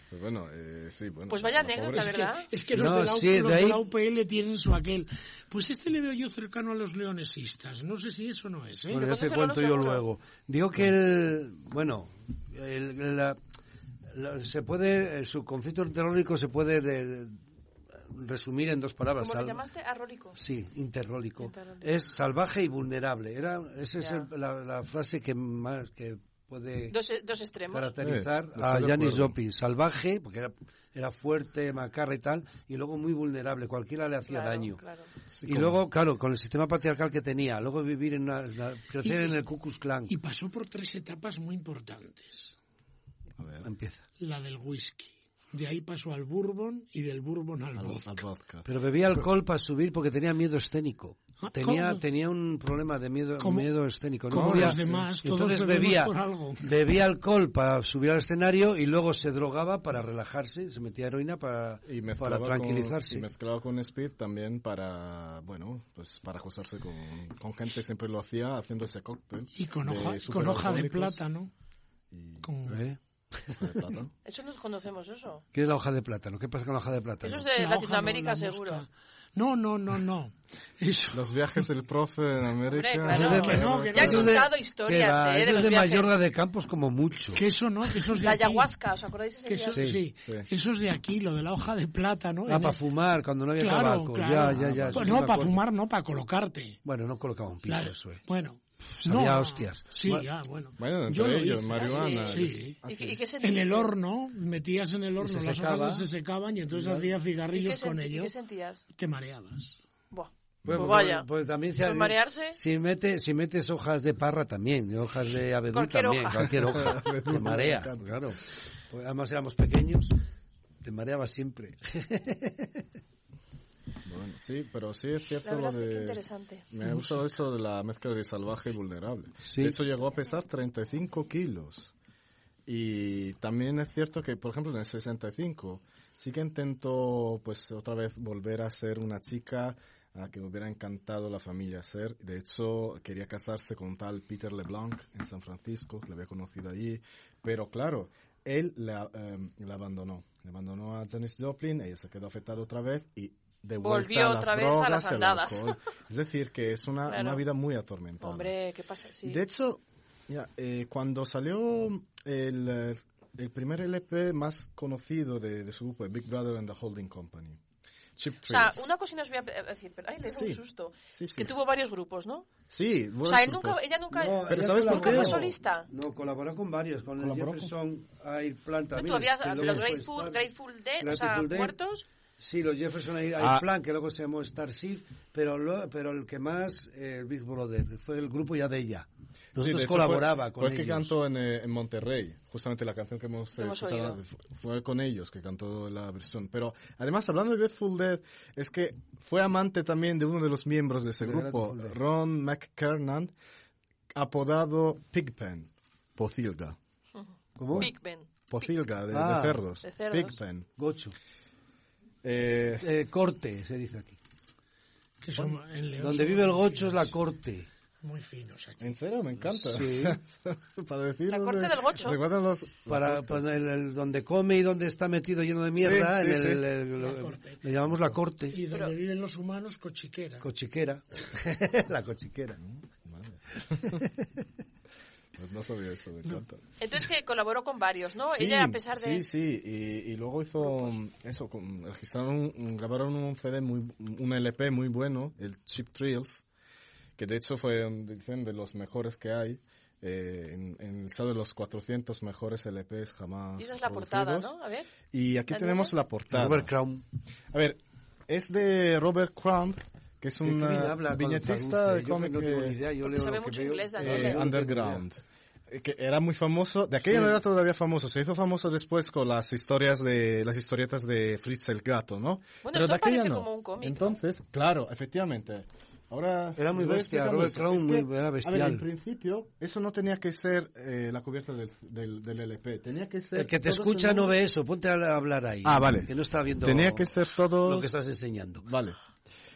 Speaker 6: Pues bueno, eh, sí, bueno.
Speaker 3: Pues vaya
Speaker 6: la
Speaker 3: anécdota,
Speaker 6: *laughs* pobre-
Speaker 4: Es que-
Speaker 3: ¿verdad?
Speaker 4: Es que los,
Speaker 5: No,
Speaker 4: de, la,
Speaker 5: sí,
Speaker 4: los de
Speaker 5: de ahí-
Speaker 4: la UPL tienen su aquel. Pues este le veo yo cercano a los leonesistas. No sé si eso no es, ¿eh?
Speaker 5: Bueno, ya te
Speaker 3: Reconócelo
Speaker 5: cuento
Speaker 3: los
Speaker 5: yo
Speaker 3: hombros.
Speaker 5: luego. Digo que el, bueno, el- la- la- se puede, eh, su conflicto interrólico se puede de- de- resumir en dos palabras.
Speaker 3: ¿Cómo
Speaker 5: Sal-
Speaker 3: lo llamaste? Arrólico.
Speaker 5: Sí, interrólico.
Speaker 3: Interrólico.
Speaker 5: Es salvaje y vulnerable. Era, esa es
Speaker 3: Ya.
Speaker 5: el- la, la frase que más que puede
Speaker 3: Dos, e, dos extremos.
Speaker 5: caracterizar
Speaker 6: Sí,
Speaker 5: a
Speaker 6: Eh, estoy de
Speaker 5: Janis
Speaker 6: acuerdo.
Speaker 5: Joplin. Salvaje, porque era, era fuerte, macarra y tal, y luego muy vulnerable. Cualquiera le hacía
Speaker 3: Claro,
Speaker 5: daño.
Speaker 3: claro.
Speaker 6: Sí,
Speaker 5: y
Speaker 6: con-
Speaker 5: luego, claro, con el sistema patriarcal que tenía, luego vivir en una, la- crecer
Speaker 4: Y-
Speaker 5: en el Ku Klux Klan.
Speaker 4: Y pasó por tres etapas muy importantes.
Speaker 6: A ver,
Speaker 5: Empieza.
Speaker 4: La del whisky. De ahí pasó al bourbon y del bourbon al
Speaker 6: al,
Speaker 4: vodka.
Speaker 6: al vodka.
Speaker 5: Pero bebía alcohol para subir porque tenía miedo escénico.
Speaker 4: Ah,
Speaker 5: Tenía,
Speaker 4: ¿cómo?
Speaker 5: tenía un problema de miedo,
Speaker 4: Como-
Speaker 5: miedo escénico.
Speaker 4: como
Speaker 5: podía-
Speaker 4: los demás, todos
Speaker 5: entonces
Speaker 4: bebemos
Speaker 5: bebía,
Speaker 4: por algo.
Speaker 5: bebía alcohol para subir al escenario y luego se drogaba para relajarse, se metía heroína para,
Speaker 6: Y
Speaker 5: para
Speaker 6: mezclaba
Speaker 5: tranquilizarse.
Speaker 6: Con, y mezclaba con Speed también para, bueno, pues para acosarse con, con gente. Siempre lo hacía haciendo ese cóctel.
Speaker 4: Y con
Speaker 6: de
Speaker 4: hoja, con hoja de
Speaker 6: superalcohólicos
Speaker 4: plátano.
Speaker 6: y
Speaker 4: Con-
Speaker 5: ¿Eh?
Speaker 6: hoja de plátano.
Speaker 3: Eso nos conocemos, eso.
Speaker 5: ¿Qué es la hoja de plátano? ¿Qué pasa con la hoja de plátano?
Speaker 3: Eso es
Speaker 4: la
Speaker 3: de
Speaker 4: hoja,
Speaker 3: Latinoamérica,
Speaker 4: no, la
Speaker 3: seguro.
Speaker 4: mosca. No, no, no, no. Eso.
Speaker 6: Los viajes del profe en América.
Speaker 3: claro.
Speaker 5: Eso es
Speaker 4: Que no, que
Speaker 3: Ya he
Speaker 5: eso es
Speaker 3: contado
Speaker 5: ¿qué
Speaker 3: historias,
Speaker 5: va?
Speaker 3: eh, de
Speaker 5: Eso es
Speaker 3: los
Speaker 5: de
Speaker 3: viajes.
Speaker 5: Mayorga de Campos como mucho.
Speaker 4: Que eso no, que eso es de
Speaker 3: La
Speaker 4: aquí.
Speaker 3: ayahuasca, ¿os acordáis de
Speaker 4: Que
Speaker 3: ese
Speaker 4: eso,
Speaker 3: día?
Speaker 5: Sí,
Speaker 4: sí,
Speaker 6: sí.
Speaker 4: Eso es de aquí, lo de la hoja de plátano.
Speaker 5: Ah,
Speaker 4: En
Speaker 5: para
Speaker 4: el-
Speaker 5: fumar, cuando no había
Speaker 4: Claro,
Speaker 5: tabaco.
Speaker 4: claro.
Speaker 5: Ya, ya, ya. eso
Speaker 4: Pa-
Speaker 5: sí me
Speaker 4: No, para
Speaker 5: acuerdo.
Speaker 4: fumar, no, para colocarte.
Speaker 5: Bueno, no colocaba un pico
Speaker 4: Claro.
Speaker 5: eso, eh.
Speaker 4: Bueno. ah,
Speaker 5: Sabía hostias.
Speaker 4: Sí,
Speaker 5: Bueno.
Speaker 4: ya, bueno.
Speaker 6: Bueno,
Speaker 4: Yo
Speaker 6: entre
Speaker 4: lo
Speaker 6: ellos,
Speaker 4: hice.
Speaker 6: marihuana.
Speaker 4: Sí.
Speaker 6: Ah,
Speaker 3: ¿Y,
Speaker 6: sí.
Speaker 3: qué- y qué
Speaker 4: En
Speaker 3: sentiste?
Speaker 4: el horno, metías en el horno,
Speaker 5: se
Speaker 4: las
Speaker 5: secaba.
Speaker 4: hojas se secaban y entonces hacías
Speaker 3: ¿Y qué,
Speaker 4: cigarrillos con
Speaker 3: senti- y
Speaker 4: ello.
Speaker 3: qué sentías?
Speaker 4: Te mareabas.
Speaker 3: Buah.
Speaker 5: Pues,
Speaker 3: Pues vaya.
Speaker 5: pues- pues también se
Speaker 3: Pues marearse.
Speaker 5: Si, mete, si metes hojas de parra también, de hojas de abedul
Speaker 3: Cualquier
Speaker 5: también,
Speaker 3: hoja.
Speaker 5: cualquier *laughs* hoja.
Speaker 6: Abedul,
Speaker 5: te marea,
Speaker 6: me encanta.
Speaker 5: claro. Pues además éramos pequeños, te mareaba siempre.
Speaker 6: Bueno, sí, pero sí es
Speaker 3: La
Speaker 6: cierto lo
Speaker 3: verdad es que qué
Speaker 6: de...
Speaker 3: interesante.
Speaker 6: Me ha gustado eso de la mezcla de salvaje y vulnerable.
Speaker 5: Sí.
Speaker 6: Eso llegó a pesar 35 kilos. Y también es cierto que, por ejemplo, en el 65 sí que intentó, pues, otra vez volver a ser una chica a que me hubiera encantado la familia ser. De hecho, quería casarse con un tal Peter LeBlanc en San Francisco, que le había conocido allí. Pero claro, él la, em, la abandonó. Le abandonó a Janis Joplin, ella se quedó afectada otra vez y de vuelta
Speaker 3: Volvió
Speaker 6: a las
Speaker 3: otra vez a
Speaker 6: drogas,
Speaker 3: las
Speaker 6: y al
Speaker 3: andadas.
Speaker 6: alcohol. Es decir, que es una,
Speaker 3: Claro.
Speaker 6: una vida muy atormentada.
Speaker 3: Hombre, ¿qué pasa? Sí.
Speaker 6: De hecho, ya, eh, cuando salió el, eh, el primer LP más conocido de, de su grupo, Big Brother and the Holding Company, Chip
Speaker 3: o sea,
Speaker 6: Thrills.
Speaker 3: una cosa nos voy a pe- decir, pero ay, le dio
Speaker 6: Sí.
Speaker 3: un susto.
Speaker 6: Sí, sí.
Speaker 3: Que tuvo varios grupos, ¿no?
Speaker 6: Sí,
Speaker 3: O
Speaker 6: buenos
Speaker 3: sea, él
Speaker 6: grupos.
Speaker 3: nunca, ella nunca.
Speaker 5: No,
Speaker 6: Pero
Speaker 5: ella
Speaker 6: ¿sabes por
Speaker 5: colaboró-
Speaker 3: qué? ¿Nunca fue solista?
Speaker 5: No, colaboró con varios, con el
Speaker 6: Colaboró con-
Speaker 5: Jefferson Airplanta.
Speaker 3: tú habías los
Speaker 5: pues,
Speaker 3: Grateful, Grateful Dead, o sea,
Speaker 5: Grateful Dead.
Speaker 3: muertos.
Speaker 5: Sí, los Jefferson Air-
Speaker 6: Ah.
Speaker 5: Airplane, que luego se llamó Starship, pero lo- pero el que más, eh, el Big Brother, fue el grupo ya de ella.
Speaker 6: Sí, de
Speaker 5: Nosotros
Speaker 6: hecho,
Speaker 5: colaboraba
Speaker 6: fue,
Speaker 5: con
Speaker 6: fue
Speaker 5: ellos.
Speaker 6: el que cantó en, eh, en Monterrey, justamente la canción que hemos, eh,
Speaker 3: Hemos
Speaker 6: escuchado
Speaker 3: oído.
Speaker 6: fu- fue con ellos que cantó la versión. Pero además, hablando de Grateful Dead, es que fue amante también de uno de los miembros de ese
Speaker 5: De
Speaker 6: grupo,
Speaker 5: Grateful Dead.
Speaker 6: Ron McKernan, apodado Pigpen, Pocilga.
Speaker 5: ¿Cómo?
Speaker 3: Big Ben.
Speaker 6: Pocilga, de, de
Speaker 5: Ah.
Speaker 6: cerdos.
Speaker 3: De cerdos.
Speaker 6: Pigpen.
Speaker 5: Gocho.
Speaker 6: Eh,
Speaker 5: Eh, corte, se dice aquí.
Speaker 4: Que son- en León
Speaker 5: Donde
Speaker 4: son
Speaker 5: vive el
Speaker 4: muy
Speaker 5: gocho es la
Speaker 4: finos,
Speaker 5: corte.
Speaker 4: Muy finos aquí.
Speaker 6: en serio, me encanta.
Speaker 5: Sí.
Speaker 6: *laughs* Para decir
Speaker 3: La
Speaker 6: dónde-
Speaker 3: corte del gocho.
Speaker 6: recuerdan los-
Speaker 5: Para, para el- el- donde come y donde está metido lleno de mierda,
Speaker 6: Sí, sí,
Speaker 5: en el-
Speaker 6: sí.
Speaker 5: el- el-
Speaker 4: La corte.
Speaker 5: le llamamos la corte.
Speaker 4: Y donde viven los humanos, cochiquera.
Speaker 5: *laughs* Cochiquera. la cochiquera.
Speaker 6: Vale. Pues no sabía eso, me encanta.
Speaker 3: Entonces que colaboró con varios, ¿no?
Speaker 6: Sí,
Speaker 3: Ella a pesar de...
Speaker 6: Sí, sí, y, y luego hizo mm, eso, con- registraron, mm, grabaron un CD, muy, un LP muy bueno, el Chip Thrills, que de hecho fue, mm, dicen, de los mejores que hay, eh, en, en el estado de los 400 mejores LPs jamás
Speaker 3: Y esa es la portada,
Speaker 6: producidos.
Speaker 3: ¿no? A ver.
Speaker 6: Y aquí
Speaker 3: ¿La
Speaker 6: tenemos
Speaker 3: tiene?
Speaker 6: la portada.
Speaker 5: Robert Crown.
Speaker 6: A ver, es de Robert Crumb, que es un
Speaker 5: Qué bien
Speaker 6: eh,
Speaker 5: habla cuando
Speaker 6: viñetista
Speaker 5: traduce,
Speaker 6: de
Speaker 5: yo
Speaker 6: cómic
Speaker 5: No tengo
Speaker 6: eh,
Speaker 5: ni idea. Yo
Speaker 3: Porque
Speaker 5: leo
Speaker 3: sabe
Speaker 5: lo que
Speaker 3: mucho
Speaker 5: veo.
Speaker 3: inglés,
Speaker 6: eh,
Speaker 3: Daniel.
Speaker 6: underground. eh, Que era muy famoso, de aquella manera todavía famoso, se hizo famoso después con las historias de, las historietas de Fritz el Gato, ¿no?
Speaker 3: Bueno,
Speaker 6: Pero
Speaker 3: esto
Speaker 6: de aquella
Speaker 3: parece
Speaker 6: no.
Speaker 3: como un cómic, ¿no?
Speaker 6: Entonces, claro, efectivamente. Ahora
Speaker 5: Era muy
Speaker 6: voy
Speaker 5: bestia,
Speaker 6: explicando
Speaker 5: Robert
Speaker 6: eso.
Speaker 5: Crumb,
Speaker 6: Es
Speaker 5: muy-
Speaker 6: que,
Speaker 5: era
Speaker 6: A ver,
Speaker 5: bestial.
Speaker 6: en principio, eso no tenía que ser eh, la cubierta del, del, del LP, tenía que ser...
Speaker 5: El que te
Speaker 6: todo
Speaker 5: escucha
Speaker 6: según-
Speaker 5: no ve eso, ponte a hablar ahí.
Speaker 6: Ah, vale.
Speaker 5: Que no está viendo
Speaker 6: Tenía que ser todo...
Speaker 5: lo que estás enseñando.
Speaker 6: Vale.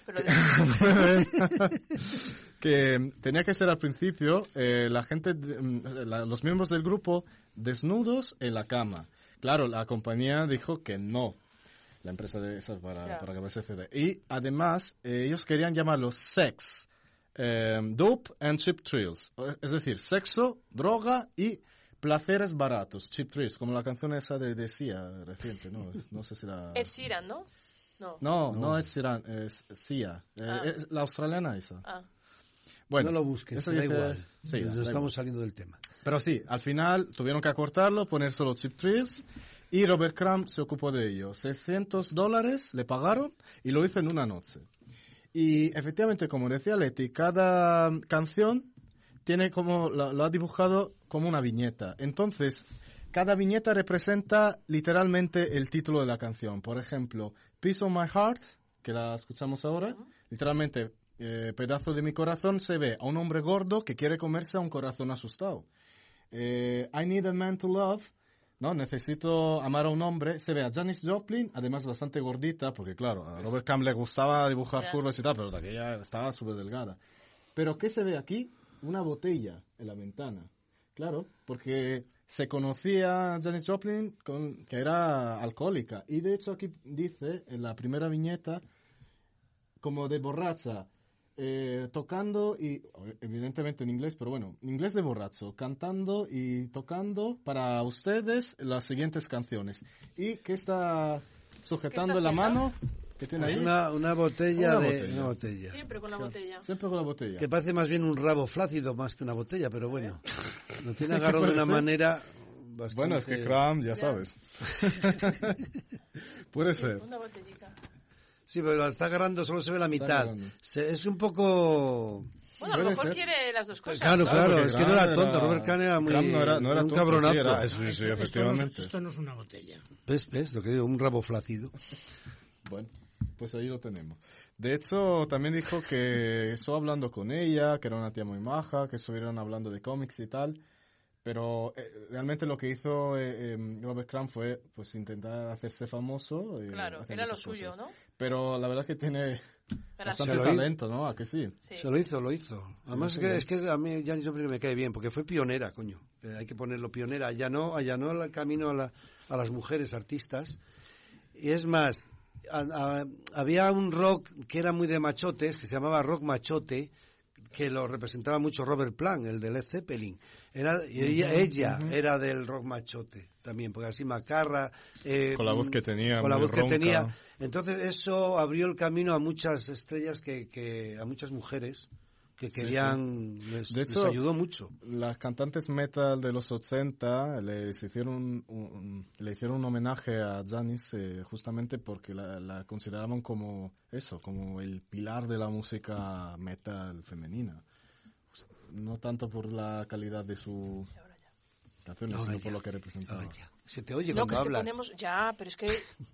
Speaker 3: Pero de-
Speaker 6: *laughs* que tenía que ser al principio eh, la gente, de- mm, la- los miembros del grupo desnudos en la cama. Claro, la compañía dijo que no. La empresa de esas para,
Speaker 3: Ya.
Speaker 6: para grabar ese CD. Y además, eh, ellos querían llamarlo sex, eh, dope and cheap thrills. O- Es decir, sexo, droga y placeres baratos. Cheap thrills, como la canción esa de decía reciente, ¿no? No sé si la...
Speaker 3: Ed Sheeran, ¿no? No.
Speaker 6: No, no, es Siran, es Sia. Eh,
Speaker 3: Ah.
Speaker 6: es la australiana esa.
Speaker 3: Ah.
Speaker 6: Bueno,
Speaker 5: no lo busques,
Speaker 6: eso
Speaker 5: da
Speaker 6: dice-
Speaker 5: igual.
Speaker 6: sí,
Speaker 5: Nos
Speaker 6: da
Speaker 5: estamos
Speaker 6: igual.
Speaker 5: saliendo del tema.
Speaker 6: Pero sí, al final tuvieron que acortarlo, poner solo Chip Thrills y Robert Crumb se ocupó de ello. 600 dólares le pagaron y lo hizo en una noche. Y efectivamente, como decía Leti, cada canción tiene como lo, lo ha dibujado como una viñeta. Entonces, cada viñeta representa literalmente el título de la canción. Por ejemplo, Piece of My Heart, que la escuchamos ahora, literalmente eh, pedazo de mi corazón se ve a un hombre gordo que quiere comerse a un corazón asustado. Eh, I Need a Man to Love, ¿no? Necesito amar a un hombre. Se ve a Janis Joplin, además bastante gordita, porque claro, a Robert Camp le gustaba dibujar
Speaker 3: Ya.
Speaker 6: curvas y tal, pero de aquella estaba súper delgada. Pero ¿qué se ve aquí? Una botella en la ventana. Claro, porque se conocía a Janis Joplin con, que era alcohólica. Y de hecho aquí dice, en la primera viñeta, como de borracha, eh, tocando y, evidentemente en inglés, pero bueno, en inglés de borracho, cantando y tocando para ustedes las siguientes canciones. ¿Y que está sujetando
Speaker 3: ¿Qué está
Speaker 6: en la
Speaker 3: haciendo?
Speaker 6: mano? que tiene ahí?
Speaker 5: Pues Una, una botella
Speaker 6: Una
Speaker 5: de...
Speaker 6: botella.
Speaker 5: Una botella.
Speaker 3: Siempre con la botella.
Speaker 6: Siempre con la botella.
Speaker 5: Que parece más bien un rabo flácido más que una botella, pero bueno. Lo tiene
Speaker 6: *laughs*
Speaker 5: agarrado de una manera bastante...
Speaker 6: Bueno, es que Cram,
Speaker 5: *laughs*
Speaker 6: ya sabes. Puede ser.
Speaker 3: Una botellita.
Speaker 5: Sí, pero la está agarrando, solo se ve la mitad.
Speaker 6: agarrando.
Speaker 5: Se- es un poco...
Speaker 3: Bueno, a lo
Speaker 6: Puede
Speaker 3: mejor
Speaker 6: ser.
Speaker 3: quiere las dos cosas.
Speaker 5: Claro,
Speaker 3: ¿no?
Speaker 5: claro.
Speaker 6: porque
Speaker 5: es que no
Speaker 6: Cram
Speaker 5: era tonto, Robert Cram era muy-
Speaker 6: Cram no era, no era
Speaker 5: un
Speaker 6: tonto,
Speaker 5: cabronazo.
Speaker 6: Sí, era- eso sí, sí,
Speaker 4: Esto- esto no es-
Speaker 6: efectivamente.
Speaker 4: esto no es una botella.
Speaker 5: ¿Ves? ¿Ves? Lo que digo, un rabo flácido.
Speaker 6: Bueno, pues ahí lo tenemos. De hecho, también dijo que estuvo hablando con ella, que era una tía muy maja, que estuvieron hablando de cómics y tal. Pero eh, realmente lo que hizo eh, em, Robert Crumb fue pues intentar hacerse famoso. eh,
Speaker 3: Claro,
Speaker 6: haciendo
Speaker 3: era lo
Speaker 6: esas
Speaker 3: suyo,
Speaker 6: cosas.
Speaker 3: ¿no?
Speaker 6: Pero la verdad es que tiene
Speaker 3: Gracias.
Speaker 6: bastante
Speaker 5: Se lo hizo.
Speaker 6: talento, ¿no? ¿A que sí?
Speaker 3: Sí.
Speaker 5: Se lo hizo, lo hizo. Además es que, es que a mí Janis Joplin me cae bien, porque fue pionera, coño. Eh, hay que ponerlo pionera. Allanó, allanó el camino a, la- a las mujeres artistas. Y es más, a- a- había un rock que era muy de machotes, que se llamaba rock machote, que lo representaba mucho Robert Plant, el de Led Zeppelin. Era, y ella, ella era del rock machote también, porque así macarra... eh,
Speaker 6: Con la voz que tenía,
Speaker 5: Con la
Speaker 6: muy
Speaker 5: voz
Speaker 6: ronca.
Speaker 5: que tenía. Entonces eso abrió el camino a muchas estrellas, que, que- a muchas mujeres que querían, Les,
Speaker 6: De
Speaker 5: les
Speaker 6: hecho,
Speaker 5: ayudó mucho.
Speaker 6: Las cantantes metal de los 80 les hicieron un, un- le hicieron un homenaje a Janis eh, justamente porque la, la consideraban como eso, como el pilar de la música metal femenina. Pues, No tanto por la calidad de su canción,
Speaker 5: Ahora
Speaker 6: sino
Speaker 5: ya.
Speaker 6: por lo que representaba.
Speaker 5: Ahora ya. Se te oye
Speaker 3: No, que
Speaker 5: cuando
Speaker 3: es que
Speaker 5: hablas.
Speaker 3: ponemos... Ya, pero es que...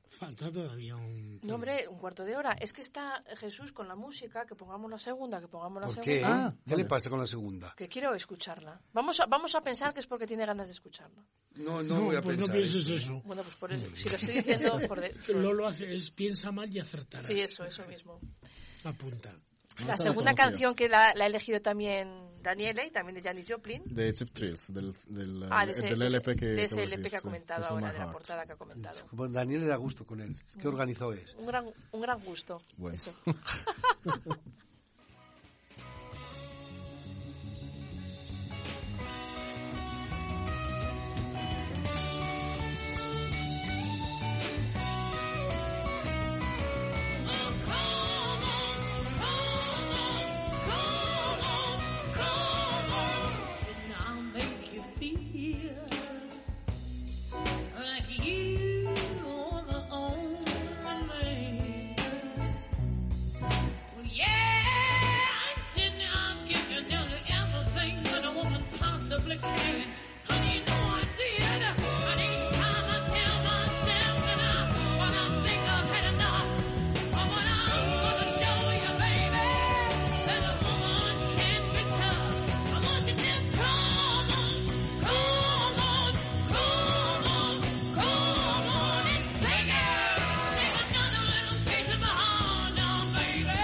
Speaker 4: Falta todavía un...
Speaker 3: No, hombre, un cuarto de hora. Es que está Jesús con la música, que pongamos la segunda, que pongamos la
Speaker 5: ¿Por qué?
Speaker 3: segunda.
Speaker 6: Ah,
Speaker 5: ¿Qué
Speaker 6: vale.
Speaker 5: le pasa con la segunda?
Speaker 3: Que quiero escucharla. Vamos a, vamos a pensar que es porque tiene ganas de escucharla.
Speaker 5: No, no,
Speaker 4: No,
Speaker 5: voy a
Speaker 4: pues no
Speaker 5: pensar.
Speaker 4: pienses
Speaker 5: eso. ¿eh?
Speaker 4: eso.
Speaker 3: Bueno, pues por el- si lo estoy diciendo por...
Speaker 6: *laughs*
Speaker 3: de- por-
Speaker 4: Lolo hace, es, piensa mal y acertará.
Speaker 3: sí, eso, eso mismo.
Speaker 4: Apunta.
Speaker 3: La
Speaker 6: Esa la
Speaker 3: segunda
Speaker 6: conocía.
Speaker 3: canción que la, la ha elegido también Daniele y también de Janis Joplin.
Speaker 6: De Chip Thrills, del, del,
Speaker 3: Ah,
Speaker 6: eh,
Speaker 3: de ese,
Speaker 6: del
Speaker 3: de ese-
Speaker 6: LP que,
Speaker 3: de
Speaker 6: que
Speaker 3: ese
Speaker 6: voy a
Speaker 3: LP
Speaker 6: decir,
Speaker 3: que ha
Speaker 6: sí,
Speaker 3: comentado
Speaker 6: Piece of My
Speaker 3: ahora, de la
Speaker 6: Heart.
Speaker 3: portada que ha comentado.
Speaker 5: Como Daniel le da gusto con él.
Speaker 3: Ah.
Speaker 5: ¿Qué organizado es?
Speaker 3: Un gran, un gran gusto.
Speaker 6: Bueno.
Speaker 3: Eso.
Speaker 2: Au Honey, no I did. And each time I tell myself that I, well, I think I've had enough. But what I'm gonna show you, baby, that a woman can be tough. I want you to come on, come on, come on, come on and take it. Take another little piece of my heart now, baby.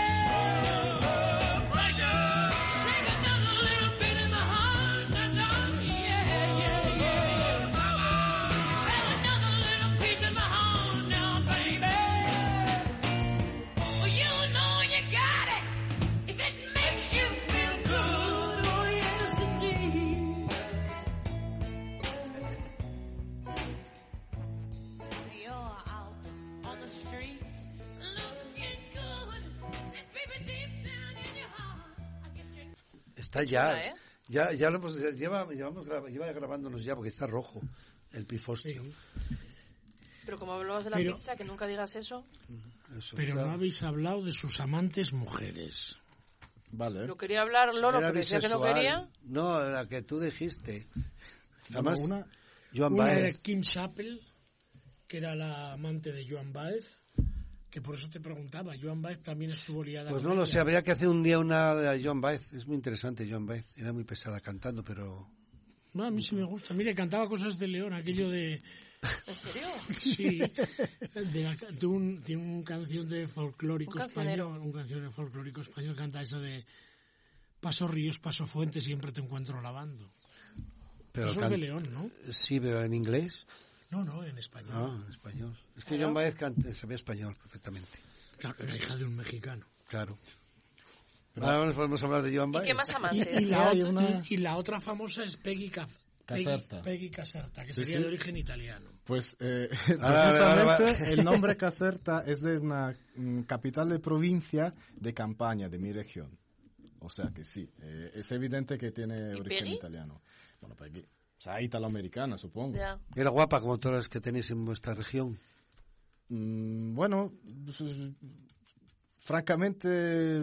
Speaker 2: Right now. Take another little bit of my heart, and love, yeah, yeah, yeah. Have another little piece of my heart now, baby. Well, you know you got it if it makes you feel good. Oh yes, indeed. You're out on the streets looking good, and baby, deep down in your heart, I guess you're.
Speaker 5: Está ya.
Speaker 3: Hola, ¿eh?
Speaker 5: Ya, ya lo hemos, ya lleva, llevamos gra- lleva grabándonos ya porque está rojo el pifostio.
Speaker 4: Sí.
Speaker 3: Pero como hablamos de la
Speaker 4: Pero-
Speaker 3: pizza, que nunca digas eso,
Speaker 5: Eso
Speaker 4: Pero
Speaker 5: está.
Speaker 4: no habéis hablado de sus amantes mujeres.
Speaker 6: Vale.
Speaker 3: lo quería hablar Lolo,
Speaker 5: Era
Speaker 3: pero decía que no
Speaker 5: bisexual.
Speaker 3: quería.
Speaker 5: No, la que tú dijiste. Además,
Speaker 6: Además, una,
Speaker 5: Joan
Speaker 4: Una era
Speaker 5: Baez.
Speaker 4: Kim Chappell, que era la amante de Joan Baez, que por eso te preguntaba, Joan Baez también estuvo liada
Speaker 5: Pues
Speaker 4: con
Speaker 5: no lo
Speaker 4: ella.
Speaker 5: sé, habría que hacer un día una de Joan Baez. Es muy interesante Joan Baez. Era muy pesada cantando, pero...
Speaker 4: No, a mí sí me gusta. Mire, cantaba cosas de León, aquello
Speaker 5: *laughs*
Speaker 4: de...
Speaker 3: ¿En serio?
Speaker 4: Sí, de, la- de un, tiene una canción de folclórico
Speaker 3: Un cancionero.
Speaker 4: español, un cancionero folclórico español canta esa de Paso ríos, paso fuentes, siempre te encuentro lavando.
Speaker 5: pero
Speaker 4: Eso es
Speaker 5: can-
Speaker 4: de León, ¿no? Ah,
Speaker 5: Sí, pero en inglés.
Speaker 4: No, no, en español.
Speaker 5: No, en español. Es que Joan Baez canta, sabía español perfectamente.
Speaker 4: Claro, era hija de un mexicano.
Speaker 5: Claro. Ahora nos podemos hablar de Joan
Speaker 3: ¿Y
Speaker 5: Baez.
Speaker 3: qué más
Speaker 4: Y,
Speaker 6: *laughs*
Speaker 4: y
Speaker 3: amantes?
Speaker 4: la,
Speaker 6: hay
Speaker 4: ot-
Speaker 6: una-
Speaker 4: y la otra famosa es Peggy, Ca- Peggy-
Speaker 6: Caserta.
Speaker 4: Peggy Caserta, que
Speaker 6: Sí,
Speaker 4: sería
Speaker 6: sí.
Speaker 4: de origen italiano.
Speaker 6: Pues eh, *laughs*
Speaker 5: Ahora, ahora, ahora
Speaker 6: precisamente
Speaker 5: va.
Speaker 6: el nombre Caserta es de una mm, capital de provincia de campaña de mi región. O sea que sí, eh, es evidente que tiene
Speaker 3: ¿Y
Speaker 6: origen
Speaker 3: Peggy?
Speaker 6: italiano. Bueno, Peggy. O sea, italoamericana, supongo.
Speaker 3: Ya.
Speaker 5: Era guapa como todas las que tenéis en vuestra región.
Speaker 6: Mm, bueno, pues, eh, francamente,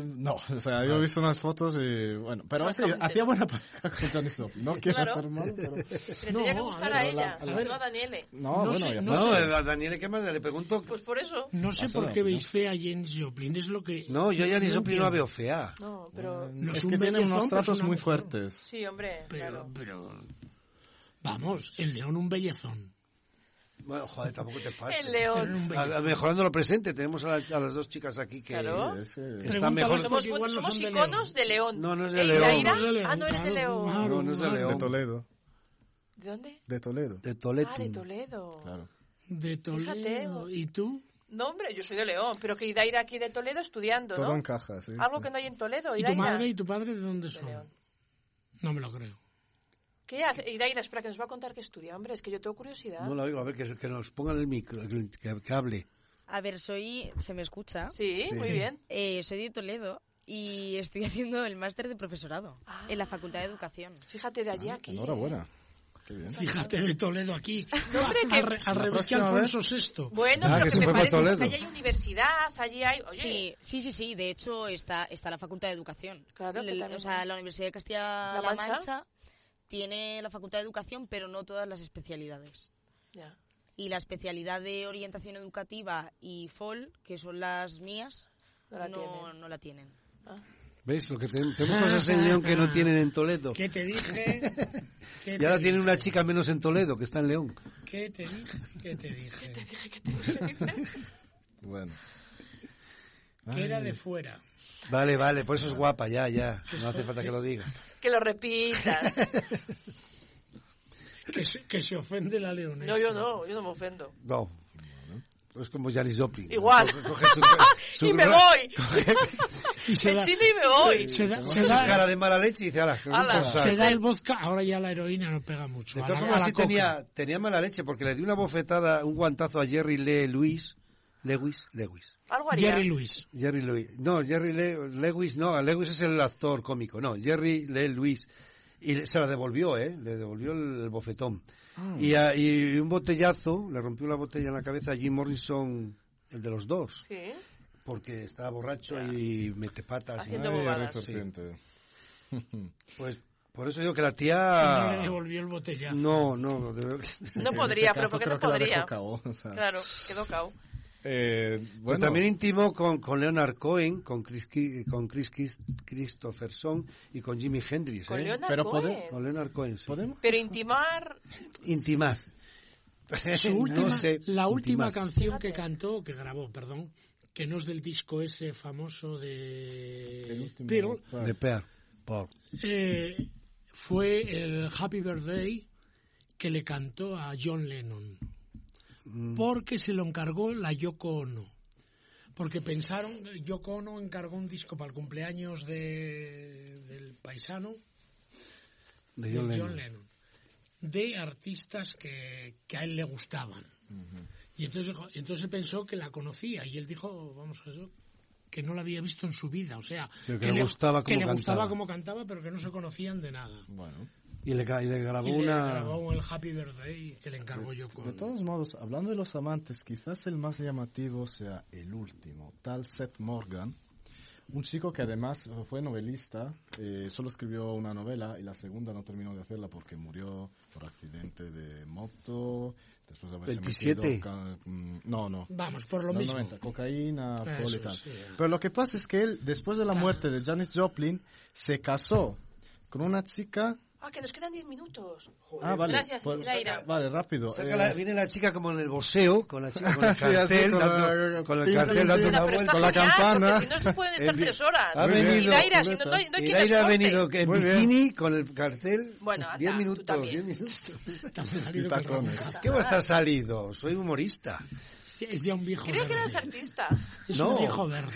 Speaker 6: no. *laughs* O sea, yo he visto unas fotos y bueno, pero sí,
Speaker 3: Francamente.
Speaker 6: hacía buena pareja con Johnny Stop. No quiero
Speaker 3: Claro.
Speaker 6: hacer mal, pero.
Speaker 3: Le
Speaker 4: No,
Speaker 3: tenía que
Speaker 4: a
Speaker 3: gustar
Speaker 4: ver,
Speaker 3: a,
Speaker 6: a la-
Speaker 3: ella,
Speaker 6: a la-
Speaker 3: no a Daniele.
Speaker 6: No,
Speaker 4: No
Speaker 6: bueno,
Speaker 4: sé,
Speaker 6: ya-
Speaker 4: no
Speaker 5: No, eh,
Speaker 4: sé.
Speaker 5: a Daniel, ¿qué más? Le pregunto...
Speaker 3: Pues por eso.
Speaker 4: No sé
Speaker 6: Pasó
Speaker 4: por
Speaker 6: la
Speaker 4: qué
Speaker 6: opinión.
Speaker 4: veis fea a Janis Joplin, es lo que...
Speaker 5: No, yo ya ni
Speaker 4: no
Speaker 5: Joplin no la
Speaker 4: entiendo.
Speaker 5: veo fea.
Speaker 3: No, pero...
Speaker 4: Nos
Speaker 6: es
Speaker 4: un
Speaker 6: que tiene
Speaker 4: bellezón,
Speaker 6: unos
Speaker 4: pero es
Speaker 6: tratos
Speaker 4: una
Speaker 6: muy
Speaker 4: persona.
Speaker 6: fuertes.
Speaker 3: Sí, hombre,
Speaker 4: Mm. Pero,
Speaker 3: claro.
Speaker 4: pero... Vamos, el león un bellezón.
Speaker 5: Bueno, joder, tampoco te pases.
Speaker 3: El león.
Speaker 4: Pero un bellezón.
Speaker 5: A- a- mejorando lo presente, tenemos a, la- a las dos chicas aquí que...
Speaker 3: Claro. Pues
Speaker 6: Sí, es, eh,
Speaker 5: Está
Speaker 4: Pregúntalo,
Speaker 5: mejor-
Speaker 3: Somos,
Speaker 4: porque igual no
Speaker 3: somos
Speaker 4: son de
Speaker 3: iconos
Speaker 4: León.
Speaker 3: de León.
Speaker 5: No, no es de
Speaker 3: ¿Eh,
Speaker 5: León.
Speaker 3: Iraíra?
Speaker 4: No es de León,
Speaker 3: Ah, no eres de
Speaker 4: claro,
Speaker 3: León.
Speaker 4: claro.
Speaker 5: No, no es de
Speaker 4: De
Speaker 6: De
Speaker 5: León.
Speaker 6: Toledo.
Speaker 3: ¿De dónde?
Speaker 6: De Toledo.
Speaker 5: De Toledo.
Speaker 3: Ah, de Toledo.
Speaker 6: Claro.
Speaker 4: De Toledo.
Speaker 3: Fíjate.
Speaker 4: ¿Y tú?
Speaker 3: No, hombre, yo soy de León, pero que Idaira aquí de Toledo estudiando,
Speaker 6: Todo ¿eh?
Speaker 3: ¿no?
Speaker 6: encaja, sí.
Speaker 3: Algo que no hay en Toledo,
Speaker 4: ¿Y tu
Speaker 3: Idaira.
Speaker 4: madre y tu padre de dónde
Speaker 3: De
Speaker 4: son?
Speaker 3: León.
Speaker 4: No me lo creo.
Speaker 3: ¿Qué hace? Idaira, espera, que nos va a contar que estudia, hombre, es que yo tengo curiosidad.
Speaker 5: No la oigo, a ver, que, que nos pongan el micro, que, que hable.
Speaker 7: A ver, soy. ¿Se me escucha?
Speaker 3: Sí, muy bien.
Speaker 7: Eh, soy de Toledo y estoy *laughs* haciendo el máster de profesorado
Speaker 3: Ah.
Speaker 7: en la Facultad de Educación.
Speaker 3: Fíjate de allí a aquí.
Speaker 6: ah, Enhorabuena. Qué bien.
Speaker 4: Fíjate de Toledo aquí.
Speaker 3: hombre,
Speaker 4: al,
Speaker 3: que-
Speaker 4: re- al
Speaker 6: La
Speaker 4: revés que
Speaker 6: próxima
Speaker 4: Alfonso VI.
Speaker 3: Bueno,
Speaker 5: Ah,
Speaker 3: pero
Speaker 5: que
Speaker 3: que,
Speaker 5: se
Speaker 3: me
Speaker 5: fue para
Speaker 3: parece
Speaker 5: Toledo.
Speaker 3: que allí hay universidad, allí hay... Oye,
Speaker 7: Sí, sí, sí, sí. De hecho, está, está la Facultad de Educación.
Speaker 3: Claro, que
Speaker 7: L-
Speaker 3: también
Speaker 7: o sea,
Speaker 3: hay.
Speaker 7: la Universidad de Castilla-La
Speaker 3: ¿La Mancha?
Speaker 7: Mancha? tiene la Facultad de Educación, pero no todas las especialidades.
Speaker 3: ya.
Speaker 7: Y la especialidad de orientación educativa y FOL, que son las mías,
Speaker 3: No la
Speaker 7: no,
Speaker 3: tienen.
Speaker 7: no la tienen.
Speaker 5: ¿Veis? Lo que ten- tenemos cosas en León que no tienen en Toledo.
Speaker 4: Ah, ¿Qué te dije? ¿Qué
Speaker 5: Y ahora
Speaker 4: te dije?
Speaker 5: tienen una chica menos en Toledo, que está en León.
Speaker 4: ¿Qué te dije? ¿Qué te dije?
Speaker 6: Bueno.
Speaker 4: Que era de fuera.
Speaker 5: Vale, vale, por eso es guapa, ya, ya. No hace falta que lo diga.
Speaker 3: Que lo
Speaker 5: *laughs*
Speaker 3: repitas.
Speaker 4: Que se, que se ofende la leonesa.
Speaker 3: No, yo no, yo no me ofendo.
Speaker 5: No. Es como Janis Joplin.
Speaker 3: Igual.
Speaker 5: Co- coge su- su
Speaker 3: *laughs* y me
Speaker 5: ra- *laughs*
Speaker 3: voy.
Speaker 4: Y se
Speaker 3: Me
Speaker 4: da,
Speaker 3: chino y me voy.
Speaker 4: se da-
Speaker 5: Coge
Speaker 4: se
Speaker 5: su
Speaker 4: da-
Speaker 5: cara de mala leche y dice, ala, que no
Speaker 3: Ala.
Speaker 5: pasa".
Speaker 4: se da el vodka. Ahora ya la heroína no pega mucho.
Speaker 5: De
Speaker 4: a
Speaker 5: todas
Speaker 4: la-
Speaker 5: formas,
Speaker 4: a la
Speaker 5: sí
Speaker 4: coca.
Speaker 5: tenía, tenía mala leche porque le dio una bofetada, un guantazo a Jerry Lee Lewis. Lewis, Lewis.
Speaker 3: Algo haría.
Speaker 4: Jerry Lewis.
Speaker 5: Jerry Lewis. No, Jerry Le- Lewis, no, Lewis es el actor cómico, no, Jerry Lee Lewis. Y le- se la devolvió, ¿eh? Le devolvió el bofetón.
Speaker 4: Ah.
Speaker 5: Y, a- y un botellazo, le rompió la botella en la cabeza a Jim Morrison, el de los dos,
Speaker 3: Sí.
Speaker 5: porque
Speaker 4: Ah,
Speaker 5: estaba borracho y mete patas. y-
Speaker 3: Haciendo
Speaker 6: Ay,
Speaker 3: bobadas.
Speaker 6: eres serpiente.
Speaker 5: Pues Por eso digo que la
Speaker 4: Y no le
Speaker 5: tía...
Speaker 4: devolvió el botellazo.
Speaker 5: Ah. No, no, de-
Speaker 3: No
Speaker 6: En
Speaker 3: podría, pero
Speaker 6: ese caso
Speaker 3: porque no
Speaker 6: creo que la
Speaker 3: podría.
Speaker 6: dejó cao, o sea.
Speaker 3: Claro, quedó cao.
Speaker 6: Eh,
Speaker 5: Pero
Speaker 6: bueno,
Speaker 5: también intimó con, con Leonard Cohen, con Chris, Ki- con Chris Kis- Christopherson y con Jimi Hendrix.
Speaker 3: Con
Speaker 5: ¿eh?
Speaker 3: Leonard
Speaker 6: Pero
Speaker 3: Cohen.
Speaker 6: puede-
Speaker 5: Con Leonard Cohen, sí.
Speaker 6: ¿podemos?
Speaker 3: Pero intimar,
Speaker 5: Intimar.
Speaker 4: Su
Speaker 5: *laughs* No
Speaker 4: última-
Speaker 5: sé,
Speaker 4: la última
Speaker 5: intimar.
Speaker 4: canción que cantó, que grabó, perdón, que no es del disco ese famoso de
Speaker 6: Penúltimo.
Speaker 4: Pearl,
Speaker 6: Claro.
Speaker 5: De Pearl. Paul.
Speaker 4: eh, fue el Happy Birthday que le cantó a John Lennon.
Speaker 5: Mm.
Speaker 4: Porque se lo encargó la Yoko Ono. Porque pensaron, Yoko Ono encargó un disco para el cumpleaños de- del paisano,
Speaker 5: De
Speaker 4: de
Speaker 5: John Lennon.
Speaker 4: John Lennon, de artistas que, que a él le gustaban. Y entonces, dijo- entonces pensó que la conocía y él dijo, vamos a eso, que no la había visto en su vida. O sea,
Speaker 5: Pero que le gustaba
Speaker 4: que
Speaker 5: cómo
Speaker 4: le gustaba
Speaker 5: cantaba.
Speaker 4: cómo cantaba, pero que no se conocían de nada.
Speaker 6: Bueno.
Speaker 5: Y le, ca- y le grabó
Speaker 4: Y le
Speaker 5: una...
Speaker 4: grabó el Happy Birthday que le encargó yo
Speaker 6: De
Speaker 4: con... *laughs*
Speaker 6: todos modos, hablando de los amantes, quizás el más llamativo sea el último, tal Seth Morgan, un chico que además fue novelista, eh, solo escribió una novela y la segunda no terminó de hacerla porque murió por accidente de moto, después de haberse
Speaker 5: 27.
Speaker 6: metido ca- mm, no, no.
Speaker 4: Vamos, por lo
Speaker 6: Los
Speaker 4: mismo.
Speaker 6: 90, cocaína,
Speaker 4: Eso
Speaker 6: alcohol y tal.
Speaker 4: es, sí. eh.
Speaker 6: Pero lo que pasa es que él, después de la muerte de Janis Joplin, se casó con una chica...
Speaker 3: ah, que nos quedan 10 minutos.
Speaker 6: Ah, vale.
Speaker 3: Gracias,
Speaker 6: pues-
Speaker 3: Laira.
Speaker 6: Vale, rápido.
Speaker 5: Saca la-
Speaker 6: eh,
Speaker 5: viene la chica como en el boxeo, con la chica con el
Speaker 6: Sí, así,
Speaker 5: cartel,
Speaker 6: con la-
Speaker 5: dando- con el
Speaker 6: tin, tin,
Speaker 5: cartel dando
Speaker 6: tin.
Speaker 5: una
Speaker 3: Mira, pero
Speaker 6: Una
Speaker 5: vuelta.
Speaker 3: está
Speaker 6: con la
Speaker 3: genial,
Speaker 6: campana.
Speaker 3: porque si no se pueden
Speaker 5: *laughs*
Speaker 3: estar
Speaker 5: El-
Speaker 3: tres horas.
Speaker 5: Eh, Ha
Speaker 6: Muy bien.
Speaker 5: venido,
Speaker 3: y Daira, si no, no hay, no hay quien
Speaker 5: Iraira
Speaker 3: nos
Speaker 5: ha
Speaker 3: corte.
Speaker 5: venido en
Speaker 6: Muy bien.
Speaker 5: bikini con el cartel.
Speaker 3: Bueno, anda,
Speaker 5: 10
Speaker 3: tú
Speaker 5: minutos,
Speaker 3: también.
Speaker 5: 10 minutos.
Speaker 6: Y tacones.
Speaker 5: ¿Qué va a estar salido? Soy humorista.
Speaker 4: Sí, es ya un viejo
Speaker 3: Creía que
Speaker 4: verde.
Speaker 3: eras
Speaker 5: *laughs*
Speaker 3: artista. *laughs*
Speaker 4: Es
Speaker 5: No.
Speaker 4: un viejo verde.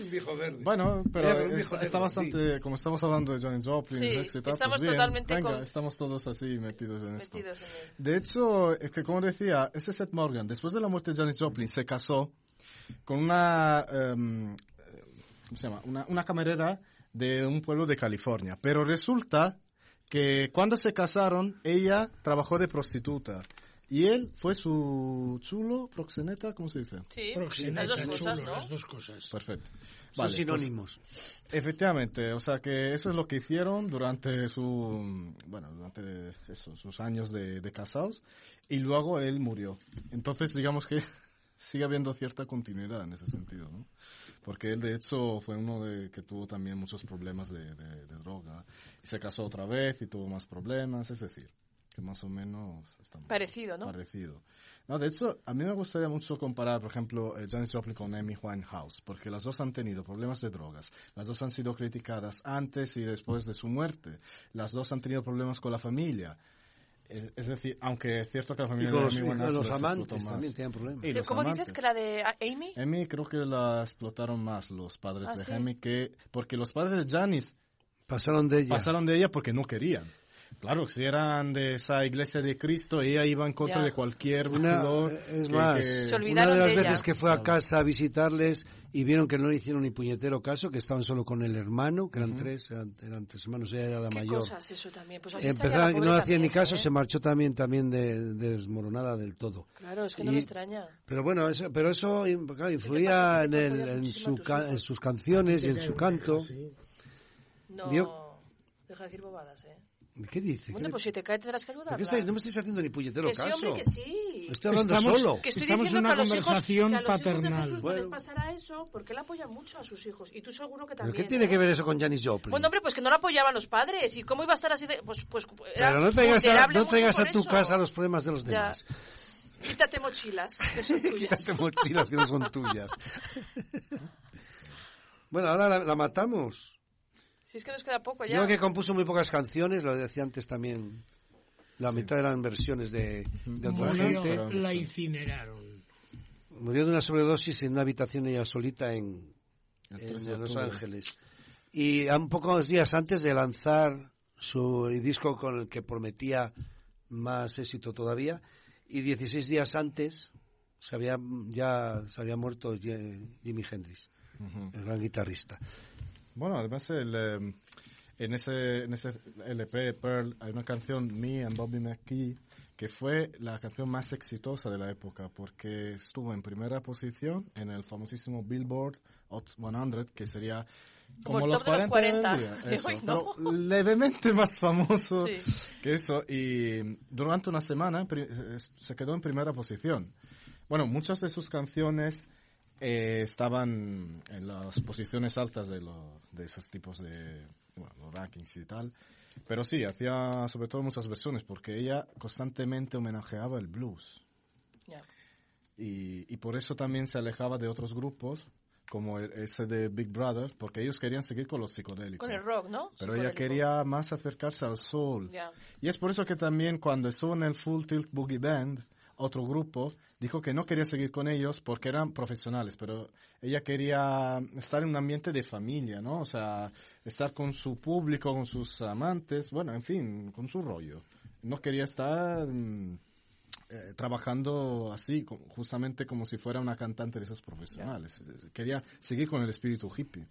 Speaker 5: Un viejo verde.
Speaker 6: Bueno,
Speaker 5: Era
Speaker 6: pero
Speaker 5: un
Speaker 6: es-
Speaker 5: viejo
Speaker 6: está
Speaker 5: negro,
Speaker 6: bastante, como estamos hablando de Johnny Joplin,
Speaker 3: Sí,
Speaker 6: etc., pues
Speaker 3: estamos
Speaker 6: bien,
Speaker 3: totalmente
Speaker 6: venga,
Speaker 3: con-
Speaker 6: estamos todos así metidos en esto.
Speaker 3: Metidos en él.
Speaker 6: De hecho, es que como decía, ese Seth Morgan, después de la muerte de Janis Joplin, se casó con una, em, ¿cómo se llama? Una, una camarera de un pueblo de California. Pero resulta que cuando se casaron, ella trabajó de prostituta. Y él fue su chulo, proxeneta, ¿cómo se dice?
Speaker 3: Sí,
Speaker 4: Proxeneta,
Speaker 3: las dos
Speaker 4: chulo,
Speaker 3: cosas, ¿no?
Speaker 4: las dos cosas.
Speaker 6: Perfecto.
Speaker 5: Son
Speaker 6: Vale, pues-
Speaker 5: sinónimos.
Speaker 6: Efectivamente, o sea que eso es lo que hicieron durante su, bueno, durante eso, sus años de, de casados y luego él murió. Entonces, digamos que *laughs* sigue habiendo cierta continuidad en ese sentido, ¿no? Porque él de hecho fue uno de, que tuvo también muchos problemas de, de- de droga y se casó otra vez y tuvo más problemas, es decir, que más o menos estamos
Speaker 3: Parecido, ¿no?
Speaker 6: parecido. No, de hecho, a mí me gustaría mucho comparar, por ejemplo, eh, Janis Joplin con Amy Winehouse, porque las dos han tenido problemas de drogas, las dos han sido criticadas antes y después de su muerte, las dos han tenido problemas con la familia. Eh, Es decir, aunque es cierto que la
Speaker 5: Y
Speaker 6: familia
Speaker 5: con
Speaker 6: de
Speaker 5: los,
Speaker 6: Amy
Speaker 5: y con
Speaker 6: Winehouse
Speaker 5: los
Speaker 6: les explotó
Speaker 5: amantes
Speaker 6: más.
Speaker 5: también tienen problemas.
Speaker 6: Y los
Speaker 3: ¿Cómo dices
Speaker 6: amantes.
Speaker 3: que la de a- Amy?
Speaker 6: Amy creo que la explotaron más los padres
Speaker 3: ¿Ah,
Speaker 6: de
Speaker 3: sí?
Speaker 6: Amy que porque los padres de Janis
Speaker 5: Pasaron de ella.
Speaker 6: pasaron de ella porque no querían. Claro, si eran de esa iglesia de Cristo, ella iba en contra
Speaker 3: Ya.
Speaker 6: de cualquier
Speaker 5: Una-
Speaker 6: valor
Speaker 5: es
Speaker 6: que-
Speaker 5: más,
Speaker 6: que-
Speaker 3: Se
Speaker 5: una
Speaker 3: olvidaron
Speaker 5: de las
Speaker 3: de ella.
Speaker 5: veces que fue a casa a visitarles y vieron que no le hicieron ni puñetero caso, que estaban solo con el hermano, que eran tres, eran, eran tres hermanos, ella era la
Speaker 3: ¿Qué
Speaker 5: mayor.
Speaker 3: cosas eso también? Pues así está ya la
Speaker 5: Empezaron,
Speaker 3: pobre
Speaker 5: no le hacían ni
Speaker 3: también,
Speaker 5: caso,
Speaker 3: ¿eh?
Speaker 5: se marchó también, también de, desmoronada del todo.
Speaker 3: Claro, es que no
Speaker 5: Y-
Speaker 3: me extraña.
Speaker 5: Pero bueno, eso, pero eso in- claro, influía
Speaker 3: pasa?
Speaker 5: en,
Speaker 3: ¿Te
Speaker 5: el-
Speaker 3: corta
Speaker 5: en
Speaker 3: muchísimo
Speaker 5: su
Speaker 3: tus
Speaker 5: ca-
Speaker 3: hijos?
Speaker 5: en sus canciones y en su canto.
Speaker 4: Sí.
Speaker 3: No,
Speaker 5: Dio-
Speaker 3: deja de decir bobadas, ¿eh?
Speaker 5: ¿Qué dice?
Speaker 3: Bueno,
Speaker 5: ¿Qué-
Speaker 3: pues si te cae tendrás que ayudar.
Speaker 5: ¿Por qué estáis- no me estáis haciendo ni puñetero
Speaker 3: Que sí,
Speaker 5: caso.
Speaker 3: hombre, que sí.
Speaker 5: Estoy hablando
Speaker 4: Estamos-
Speaker 5: solo.
Speaker 3: Que estoy
Speaker 4: Estamos en
Speaker 3: diciendo
Speaker 4: una
Speaker 3: que a los
Speaker 4: conversación
Speaker 3: hijos, que a los hijos de
Speaker 4: paternal.
Speaker 3: Jesús
Speaker 5: Bueno.
Speaker 3: no les pasará eso porque él apoya mucho a sus hijos. Y tú seguro que
Speaker 5: ¿Pero
Speaker 3: también.
Speaker 5: qué tiene
Speaker 3: ¿eh?
Speaker 5: que ver eso con Janis Joplin?
Speaker 3: Bueno, hombre, pues que no lo apoyaban los padres. ¿Y cómo iba a estar así de.? Pues, pues era
Speaker 5: pero no traigas, a,
Speaker 3: vulnerable
Speaker 5: no
Speaker 3: mucho
Speaker 5: traigas
Speaker 3: por
Speaker 5: a tu
Speaker 3: eso.
Speaker 5: casa los problemas de los
Speaker 3: Ya.
Speaker 5: demás. *laughs*
Speaker 3: Quítate mochilas, que son tuyas.
Speaker 5: Quítate mochilas que no son tuyas. *laughs* bueno, ahora la, la matamos.
Speaker 3: si es que nos queda poco Pues ya.
Speaker 5: Yo que compuso muy pocas canciones, lo decía antes también. La mitad eran versiones de, de otra
Speaker 4: Murió,
Speaker 5: gente.
Speaker 4: la incineraron.
Speaker 5: Murió de una sobredosis en una habitación ella solita en,
Speaker 6: El
Speaker 5: en
Speaker 6: 13 de
Speaker 5: Los
Speaker 6: octubre.
Speaker 5: Ángeles. Y a un pocos días antes de lanzar su disco con el que prometía más éxito todavía, y 16 días antes se había, ya se había muerto Ye- Jimi Hendrix, el gran guitarrista.
Speaker 6: Bueno, además el, eh, en, ese, en ese LP Pearl hay una canción, Me and Bobby McKee, que fue la canción más exitosa de la época porque estuvo en primera posición en el famosísimo Billboard Hot 100, que sería
Speaker 3: Como
Speaker 6: como,
Speaker 3: el
Speaker 6: los
Speaker 3: top de los
Speaker 6: 40, del
Speaker 3: 40.
Speaker 6: día,
Speaker 3: *laughs*
Speaker 6: eso,
Speaker 3: Ay, no.
Speaker 6: pero levemente más famoso
Speaker 3: Sí.
Speaker 6: que eso. Y durante una semana pri- eh, se quedó en primera posición. Bueno, muchas de sus canciones eh, estaban en las posiciones altas de, lo- de esos tipos de bueno, los rankings y tal. Pero sí, hacía sobre todo muchas versiones porque ella constantemente homenajeaba el blues.
Speaker 3: Ya.
Speaker 6: Y, y por eso también se alejaba de otros grupos como el- ese de Big Brother, porque ellos querían seguir con los psicodélicos.
Speaker 3: Con el rock, ¿no?
Speaker 6: Pero ella
Speaker 3: Psicodélico.
Speaker 6: quería más acercarse al soul.
Speaker 3: Ya.
Speaker 6: Y es por eso que también cuando estuvo en el Full Tilt Boogie Band, otro grupo, dijo que no quería seguir con ellos porque eran profesionales, pero ella quería estar en un ambiente de familia, ¿no? O sea, estar con su público, con sus amantes, bueno, en fin, con su rollo. No quería estar mm, eh, trabajando así, co- justamente como si fuera una cantante de esos profesionales. Eh, Quería seguir con el espíritu hippie.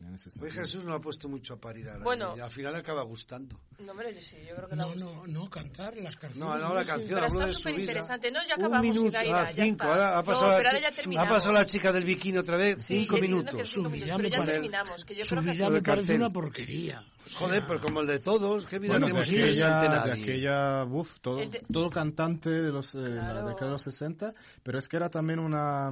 Speaker 6: en ese
Speaker 5: Hoy
Speaker 6: sentido.
Speaker 5: Jesús no ha puesto mucho a parir a la
Speaker 3: Bueno.
Speaker 5: niña, al final acaba gustando.
Speaker 3: No, hombre, yo sí, yo creo que la
Speaker 4: No, no, no, cantar las canciones.
Speaker 5: No, no, la
Speaker 4: sé.
Speaker 5: canción
Speaker 3: Pero
Speaker 5: habló
Speaker 3: está
Speaker 5: de su
Speaker 3: súper
Speaker 5: vida.
Speaker 3: interesante, ¿no? Ya
Speaker 5: Un
Speaker 3: acabamos,
Speaker 5: minuto,
Speaker 3: Hilaira,
Speaker 5: ah,
Speaker 3: ya
Speaker 5: cinco,
Speaker 3: está.
Speaker 5: ahora ha
Speaker 3: No,
Speaker 5: pasado,
Speaker 3: pero
Speaker 5: la,
Speaker 3: ahora ya
Speaker 5: chi-
Speaker 3: terminamos.
Speaker 5: ha pasado la chica del bikini otra vez,
Speaker 3: Sí, yo entiendo
Speaker 5: cinco
Speaker 3: que
Speaker 5: minutos.
Speaker 3: cinco
Speaker 4: Su
Speaker 3: minutos,
Speaker 4: vida
Speaker 3: pero
Speaker 4: me
Speaker 3: ya
Speaker 4: parece-
Speaker 3: terminamos, que yo
Speaker 4: Su
Speaker 3: creo que
Speaker 4: vida
Speaker 5: Lo
Speaker 4: me
Speaker 5: de
Speaker 4: parece
Speaker 5: cartel.
Speaker 4: una porquería. O sea,
Speaker 5: Pues Joder, pero como el de todos, qué vida
Speaker 6: Bueno, de
Speaker 5: tenemos que
Speaker 6: aquella,
Speaker 5: ante
Speaker 6: de
Speaker 5: nadie.
Speaker 6: aquella, uf, todo,
Speaker 3: El de-
Speaker 6: todo cantante de los eh, la
Speaker 3: Claro.
Speaker 6: década de los 60, pero es que era también una...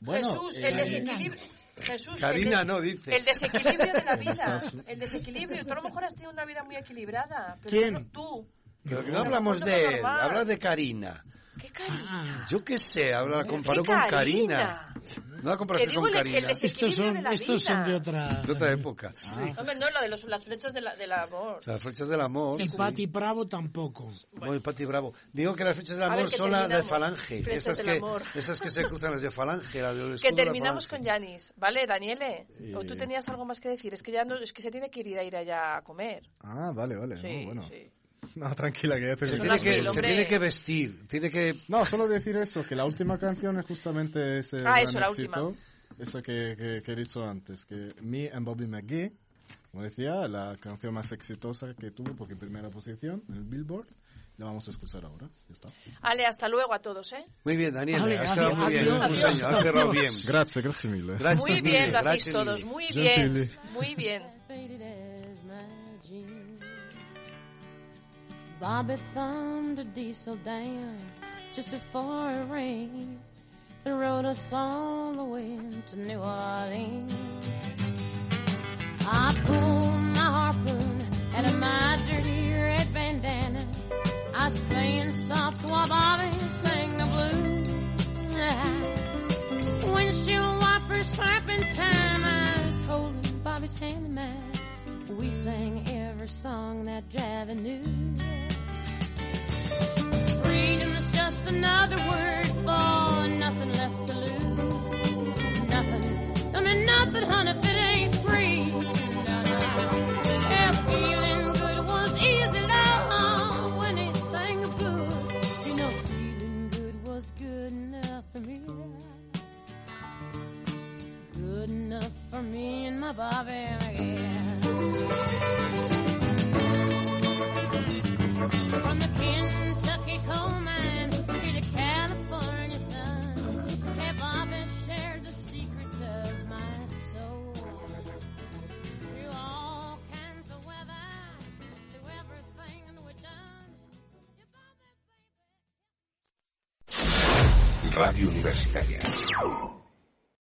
Speaker 6: Bueno,
Speaker 3: Jesús, el
Speaker 6: eh,
Speaker 3: desequilibrio. Jesús, el
Speaker 5: Karina
Speaker 3: des-
Speaker 5: no, dice.
Speaker 3: El desequilibrio de la vida. El desequilibrio. Tú a lo mejor has tenido una vida muy equilibrada. Pero
Speaker 4: ¿Quién?
Speaker 3: no Tú.
Speaker 5: Pero que
Speaker 3: Pero
Speaker 5: no hablamos
Speaker 3: no
Speaker 5: de
Speaker 3: es
Speaker 5: él,
Speaker 3: normal.
Speaker 5: habla de Karina.
Speaker 3: ¿Qué cariño?
Speaker 4: ah,
Speaker 5: Yo qué sé, habla, la comparó
Speaker 3: ¿Qué
Speaker 5: con
Speaker 3: Karina?
Speaker 5: Karina. No la
Speaker 3: Te
Speaker 5: comparaste
Speaker 3: digo
Speaker 5: con
Speaker 3: el- Pues el
Speaker 5: Karina.
Speaker 3: des-
Speaker 4: estos son,
Speaker 3: de la
Speaker 4: estos son
Speaker 3: vida.
Speaker 4: de otra,
Speaker 5: De otra época. Ah.
Speaker 3: Hombre, no, la de los, las flechas de la- del amor.
Speaker 5: O sea, Las flechas del amor.
Speaker 4: El
Speaker 5: sí.
Speaker 4: Pati Bravo tampoco.
Speaker 5: Muy Pati Bravo. Digo que las flechas del
Speaker 3: A ver,
Speaker 5: amor
Speaker 3: que
Speaker 5: son las de
Speaker 3: terminamos.
Speaker 5: falange.
Speaker 3: Flechas
Speaker 5: Esas
Speaker 3: del
Speaker 5: que,
Speaker 3: amor.
Speaker 5: esas que se cruzan las de falange, la del
Speaker 3: Que
Speaker 5: escudo de la
Speaker 3: terminamos con
Speaker 5: falange.
Speaker 3: Yanis, ¿vale, Daniele?
Speaker 6: Eh.
Speaker 3: O tú tenías algo más que decir. Es que ya no, es que se tiene que ir a ir allá a comer.
Speaker 6: Ah, vale, vale, no,
Speaker 3: Sí,
Speaker 6: bueno.
Speaker 3: sí.
Speaker 6: *laughs* No, tranquila, que ya
Speaker 5: Se
Speaker 6: te
Speaker 3: Son
Speaker 5: tiene
Speaker 3: las
Speaker 5: que,
Speaker 3: mil,
Speaker 5: se
Speaker 3: hombre.
Speaker 5: tiene que vestir, tiene que...
Speaker 6: No, solo decir eso, que la última canción es justamente ese
Speaker 3: Ah,
Speaker 6: gran
Speaker 3: eso, la
Speaker 6: éxito, eso que, que, que he dicho antes, que Me and Bobby McGee, como decía, la canción más exitosa que tuvo, porque en primera posición, en el Billboard, la vamos a escuchar ahora, ya está.
Speaker 3: Ale, hasta luego a todos, ¿eh?
Speaker 5: Muy bien, Daniel,
Speaker 4: Vale,
Speaker 5: has quedado
Speaker 4: adiós,
Speaker 5: muy bien.
Speaker 4: adiós,
Speaker 5: un sueño, has
Speaker 4: adiós.
Speaker 5: cerrado bien.
Speaker 6: Gracias, gracias mille.
Speaker 5: Gracias,
Speaker 3: Muy bien,
Speaker 5: mille,
Speaker 3: lo hacéis
Speaker 5: gracias,
Speaker 3: todos.
Speaker 5: mille.
Speaker 3: Muy bien,
Speaker 6: Gentile.
Speaker 3: muy bien.
Speaker 7: faded as my jeans. Bobby thumbed a diesel down just before it rained and rode us all the way to New Orleans. I pulled my harpoon out of my dirty red bandana. I was playing soft while Bobby sang the blues. Windshield wipers slapping time. I was holding Bobby's hand in mine. We sang every song that Javi knew. Freedom is just another word for nothing left to lose. Nothing. Don't mean nothing, honey, if it ain't free. No, no. Yeah, feeling good was easy, love, when he sang the blues. You know, feeling good was good enough for me good enough for me and my Bobby again. From the Kentucky coal mine to the California sun, yeah, Bobby shared the secrets of my soul. Through all kinds of weather, through everything that we've done. yeah, Bobby-
Speaker 1: Radio Universitaria.